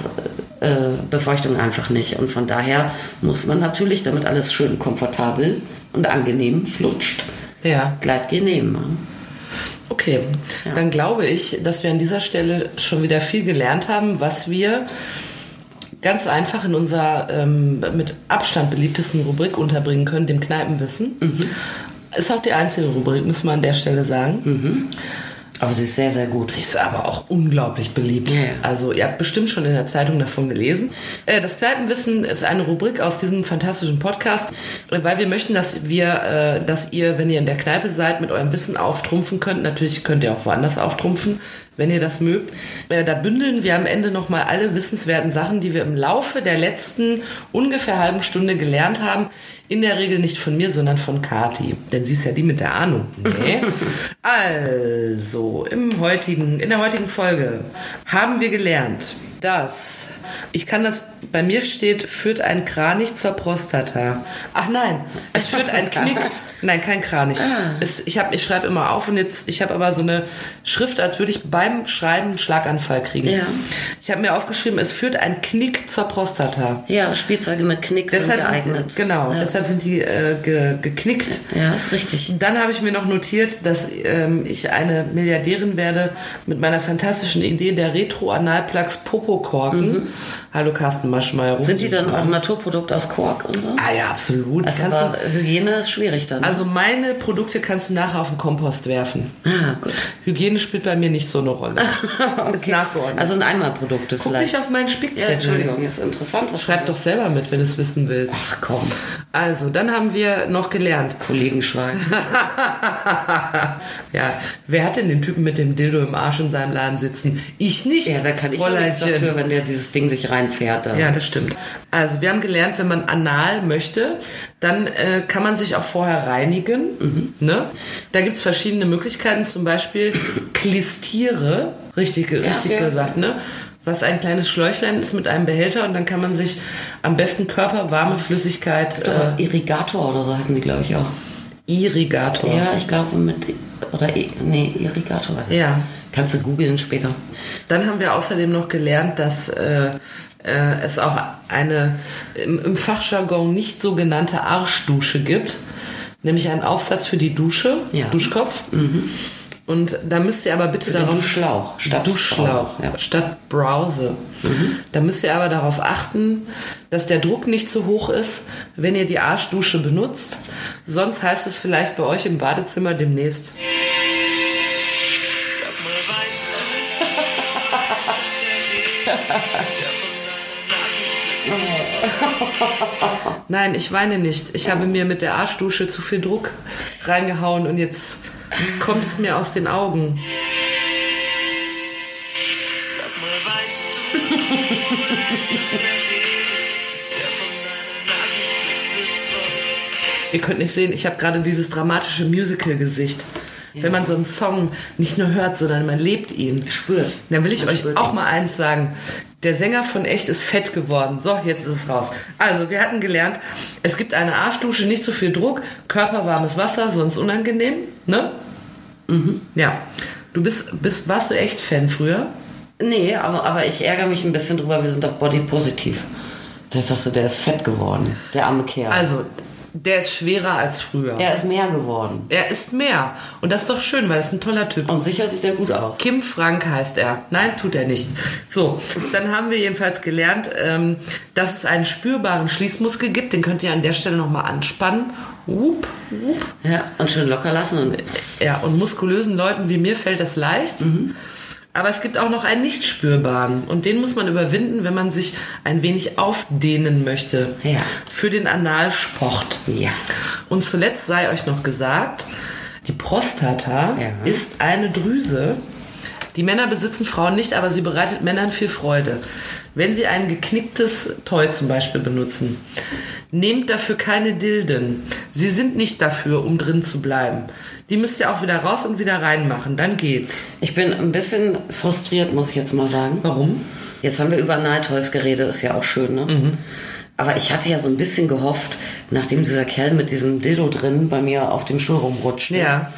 [SPEAKER 2] äh, Befeuchtung einfach nicht. Und von daher muss man natürlich, damit alles schön komfortabel und angenehm flutscht, ne?
[SPEAKER 1] Ja.
[SPEAKER 2] Gleitgel nehmen.
[SPEAKER 1] Okay, dann glaube ich, dass wir an dieser Stelle schon wieder viel gelernt haben, was wir ganz einfach in unserer ähm, mit Abstand beliebtesten Rubrik unterbringen können, dem Kneipenwissen. Ist auch die einzige Rubrik, müssen wir an der Stelle sagen.
[SPEAKER 2] Aber sie ist sehr, sehr gut.
[SPEAKER 1] Die ist aber auch unglaublich beliebt.
[SPEAKER 2] Ja, ja.
[SPEAKER 1] Also ihr habt bestimmt schon in der Zeitung davon gelesen. Äh, Das Kneipenwissen ist eine Rubrik aus diesem fantastischen Podcast, äh, weil wir möchten, dass wir, äh, dass ihr, wenn ihr in der Kneipe seid, mit eurem Wissen auftrumpfen könnt. Natürlich könnt ihr auch woanders auftrumpfen. wenn ihr das mögt. Äh, da bündeln wir am Ende nochmal alle wissenswerten Sachen, die wir im Laufe der letzten ungefähr halben Stunde gelernt haben. In der Regel nicht von mir, sondern von Kati. Denn sie ist ja die mit der Ahnung. Nee. also, im heutigen, in der heutigen Folge haben wir gelernt, dass ich kann das, bei mir steht, führt ein Kranich zur Prostata. Ach nein, es führt ein Knick. Nein, kein Kranich.
[SPEAKER 2] Ah.
[SPEAKER 1] Es, ich hab, ich schreibe immer auf und jetzt, ich habe aber so eine Schrift, als würde ich beim Schreiben einen Schlaganfall kriegen.
[SPEAKER 2] Ja.
[SPEAKER 1] Ich habe mir aufgeschrieben, es führt ein Knick zur Prostata.
[SPEAKER 2] Ja, Spielzeuge mit Knicks
[SPEAKER 1] Deshalb
[SPEAKER 2] sind geeignet.
[SPEAKER 1] Sind, genau,
[SPEAKER 2] Ja.
[SPEAKER 1] deshalb sind die äh, ge, geknickt.
[SPEAKER 2] ja, ist richtig.
[SPEAKER 1] Dann habe ich mir noch notiert, dass ähm, ich eine Milliardärin werde mit meiner fantastischen Idee der Retro-Analplugs Popo-Korken. Hallo Carsten Maschmeyer.
[SPEAKER 2] Mhm. Sind die dann auch Naturprodukt aus Kork und so?
[SPEAKER 1] Ah ja, absolut.
[SPEAKER 2] Also
[SPEAKER 1] kannst du,
[SPEAKER 2] aber Hygiene ist schwierig dann.
[SPEAKER 1] also meine Produkte kannst du nachher auf den Kompost werfen.
[SPEAKER 2] ah, gut.
[SPEAKER 1] Hygiene spielt bei mir nicht so eine Rolle. Ist nachgeordnet.
[SPEAKER 2] Also ein Einmalprodukte
[SPEAKER 1] Guck
[SPEAKER 2] vielleicht.
[SPEAKER 1] nicht auf meinen
[SPEAKER 2] ja,
[SPEAKER 1] Spickzettel.
[SPEAKER 2] Entschuldigung, ist interessant. Was
[SPEAKER 1] Schreib doch selber mit, wenn du es wissen willst.
[SPEAKER 2] Ach komm,
[SPEAKER 1] Also, dann haben wir noch gelernt,
[SPEAKER 2] Kollegenschwein.
[SPEAKER 1] ja, wer hat denn den Typen mit dem Dildo im Arsch in seinem Laden sitzen? Ich nicht.
[SPEAKER 2] ja, da kann ich auch nichts
[SPEAKER 1] Fräuleinchen.
[SPEAKER 2] dafür, wenn der dieses Ding sich reinfährt. Dann.
[SPEAKER 1] Ja, das stimmt. Also wir haben gelernt, wenn man anal möchte, dann äh, kann man sich auch vorher reinigen. Ne? Da gibt's verschiedene Möglichkeiten, zum Beispiel Klistiere, richtig, ge- richtig
[SPEAKER 2] ja.
[SPEAKER 1] gesagt, ne? was ein kleines Schläuchlein ist mit einem Behälter und dann kann man sich am besten körperwarme Flüssigkeit, äh,
[SPEAKER 2] Oder Irrigator oder so heißen die, glaube ich, auch.
[SPEAKER 1] Irrigator.
[SPEAKER 2] Ja, ich glaube mit. Oder. I- Nee, Irrigator. weiß ich
[SPEAKER 1] Ja.
[SPEAKER 2] nicht. Kannst du googeln später.
[SPEAKER 1] Dann haben wir außerdem noch gelernt, dass äh, äh, es auch eine im, im Fachjargon nicht so genannte Arschdusche gibt, nämlich einen Aufsatz für die Dusche,
[SPEAKER 2] Ja. Mhm.
[SPEAKER 1] Duschkopf. Und da müsst ihr aber bitte darauf
[SPEAKER 2] Duschschlauch statt
[SPEAKER 1] Duschschlauch
[SPEAKER 2] Brause, ja. Mhm.
[SPEAKER 1] statt Browse. Da müsst ihr aber darauf achten, dass der Druck nicht zu hoch ist, wenn ihr die Arschdusche benutzt. Sonst heißt es vielleicht bei euch im Badezimmer demnächst
[SPEAKER 3] Sag mal, weißt du, ist das der Weg, der von deiner Nasenspitze zum
[SPEAKER 1] Nein, ich weine nicht. Ich habe mir mit der Arschdusche zu viel Druck reingehauen und jetzt kommt es mir aus den Augen.
[SPEAKER 3] Sag mal, weißt du, ist das der Weg, der von deiner Nasenspitze zurück.
[SPEAKER 1] Ihr könnt nicht sehen, ich habe gerade dieses dramatische Musical-Gesicht. Wenn man so einen Song nicht nur hört, sondern man lebt ihn.
[SPEAKER 2] Spürt.
[SPEAKER 1] Dann will ich
[SPEAKER 2] Man
[SPEAKER 1] euch
[SPEAKER 2] spürt
[SPEAKER 1] auch mal eins sagen. Der Sänger von Echt ist fett geworden. So, jetzt ist es raus. Also, wir hatten gelernt, es gibt eine Arschdusche, nicht so viel Druck, körperwarmes Wasser, sonst unangenehm, ne? Mhm. Ja. Du bist, bist, warst du echt Fan früher?
[SPEAKER 2] Nee, aber, aber ich ärgere mich ein bisschen drüber, wir sind doch bodypositiv. Da sagst du, der ist fett geworden, der arme Kerl.
[SPEAKER 1] Also, der ist schwerer als früher.
[SPEAKER 2] er ist mehr geworden.
[SPEAKER 1] Er ist mehr. Und das ist doch schön, weil das ist ein toller Typ.
[SPEAKER 2] Und sicher sieht er gut aus.
[SPEAKER 1] Kim Frank heißt er. Nein, tut er nicht. So, dann haben wir jedenfalls gelernt, ähm, dass es einen spürbaren Schließmuskel gibt. Den könnt ihr an der Stelle nochmal anspannen. Wupp, wupp.
[SPEAKER 2] Ja, und schön locker lassen und
[SPEAKER 1] Ja, und muskulösen Leuten wie mir fällt das leicht.
[SPEAKER 2] Mhm.
[SPEAKER 1] Aber es gibt auch noch einen nicht spürbaren. Und den muss man überwinden, wenn man sich ein wenig aufdehnen möchte.
[SPEAKER 2] Ja.
[SPEAKER 1] Für den Analsport.
[SPEAKER 2] Ja.
[SPEAKER 1] Und zuletzt sei euch noch gesagt, die Prostata
[SPEAKER 2] Ja.
[SPEAKER 1] ist eine Drüse. Die Männer besitzen Frauen nicht, aber sie bereitet Männern viel Freude. Wenn sie ein geknicktes Toy zum Beispiel benutzen, nehmt dafür keine Dilden. Sie sind nicht dafür, um drin zu bleiben. Die müsst ihr auch wieder raus und wieder reinmachen. Dann geht's.
[SPEAKER 2] Ich bin ein bisschen frustriert, muss ich jetzt mal sagen.
[SPEAKER 1] Warum?
[SPEAKER 2] Jetzt haben wir über Nighttoys geredet, ist ja auch schön, ne? Aber ich hatte ja so ein bisschen gehofft, nachdem dieser Kerl mit diesem Dildo drin bei mir auf dem Schuh rumrutscht,
[SPEAKER 1] Ja.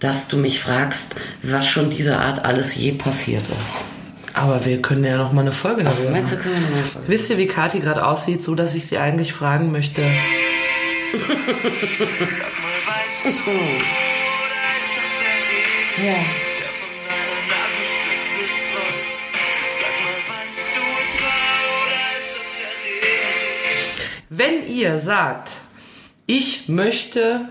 [SPEAKER 2] dass du mich fragst, was schon dieser Art alles je passiert ist.
[SPEAKER 1] Aber wir können ja noch mal eine Folge darüber machen.
[SPEAKER 2] Meinst du, können wir nochmal fragen?
[SPEAKER 1] Wisst ihr, wie Kathi gerade aussieht, so dass ich sie eigentlich fragen möchte?
[SPEAKER 3] Sag mal, weißt du, ist das der Weg,
[SPEAKER 2] Ja.
[SPEAKER 3] der von deiner Nasenspitze zurück. Sag mal, weißt du, es war oder ist das der Weg?
[SPEAKER 1] Wenn ihr sagt, ich möchte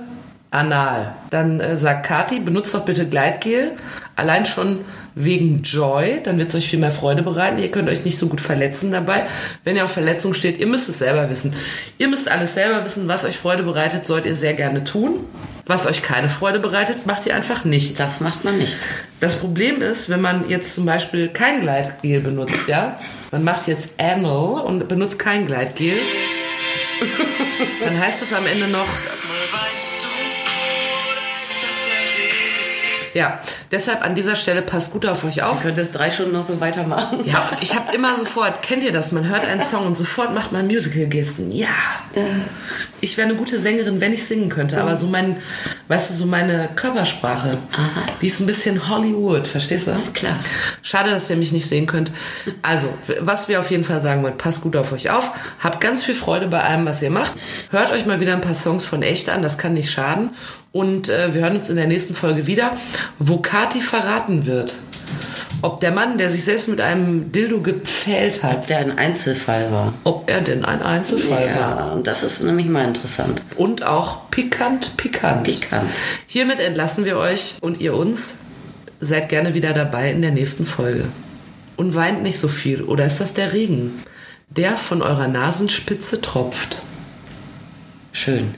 [SPEAKER 1] anal, dann äh, sagt Kati, benutzt doch bitte Gleitgel. Allein schon wegen Joy, dann wird es euch viel mehr Freude bereiten. Ihr könnt euch nicht so gut verletzen dabei. Wenn ihr auf Verletzung steht, ihr müsst es selber wissen. Ihr müsst alles selber wissen, was euch Freude bereitet, sollt ihr sehr gerne tun. Was euch keine Freude bereitet, macht ihr einfach nicht.
[SPEAKER 2] Das macht man nicht.
[SPEAKER 1] Das Problem ist, wenn man jetzt zum Beispiel kein Gleitgel benutzt, ja, man macht jetzt Anal und benutzt kein Gleitgel, dann heißt es am Ende noch,
[SPEAKER 3] Mal weißt du, oder ist das der Weg?
[SPEAKER 1] ja, deshalb an dieser Stelle passt gut auf euch
[SPEAKER 2] Du
[SPEAKER 1] auf.
[SPEAKER 2] könntest drei Stunden noch so weitermachen.
[SPEAKER 1] Ja, ich habe immer sofort, kennt ihr das? Man hört einen Song und sofort macht man Musical-Gesten. Ja. Ich wäre eine gute Sängerin, wenn ich singen könnte, aber so mein, weißt du, so meine Körpersprache, die ist ein bisschen Hollywood, verstehst du?
[SPEAKER 2] Klar.
[SPEAKER 1] Schade, dass ihr mich nicht sehen könnt. Also, was wir auf jeden Fall sagen wollen, passt gut auf euch auf, habt ganz viel Freude bei allem, was ihr macht. Hört euch mal wieder ein paar Songs von echt an, das kann nicht schaden. Und äh, wir hören uns in der nächsten Folge wieder, wo Kati verraten wird, ob der Mann, der sich selbst mit einem Dildo gepfählt hat,
[SPEAKER 2] Der ein Einzelfall war.
[SPEAKER 1] ob er denn ein Einzelfall war.
[SPEAKER 2] Ja, und das ist nämlich mal interessant.
[SPEAKER 1] Und auch pikant, pikant.
[SPEAKER 2] Pikant.
[SPEAKER 1] Hiermit entlassen wir euch und ihr uns. Seid gerne wieder dabei in der nächsten Folge. Und weint nicht so viel. Oder ist das der Regen, der von eurer Nasenspitze tropft?
[SPEAKER 2] Schön.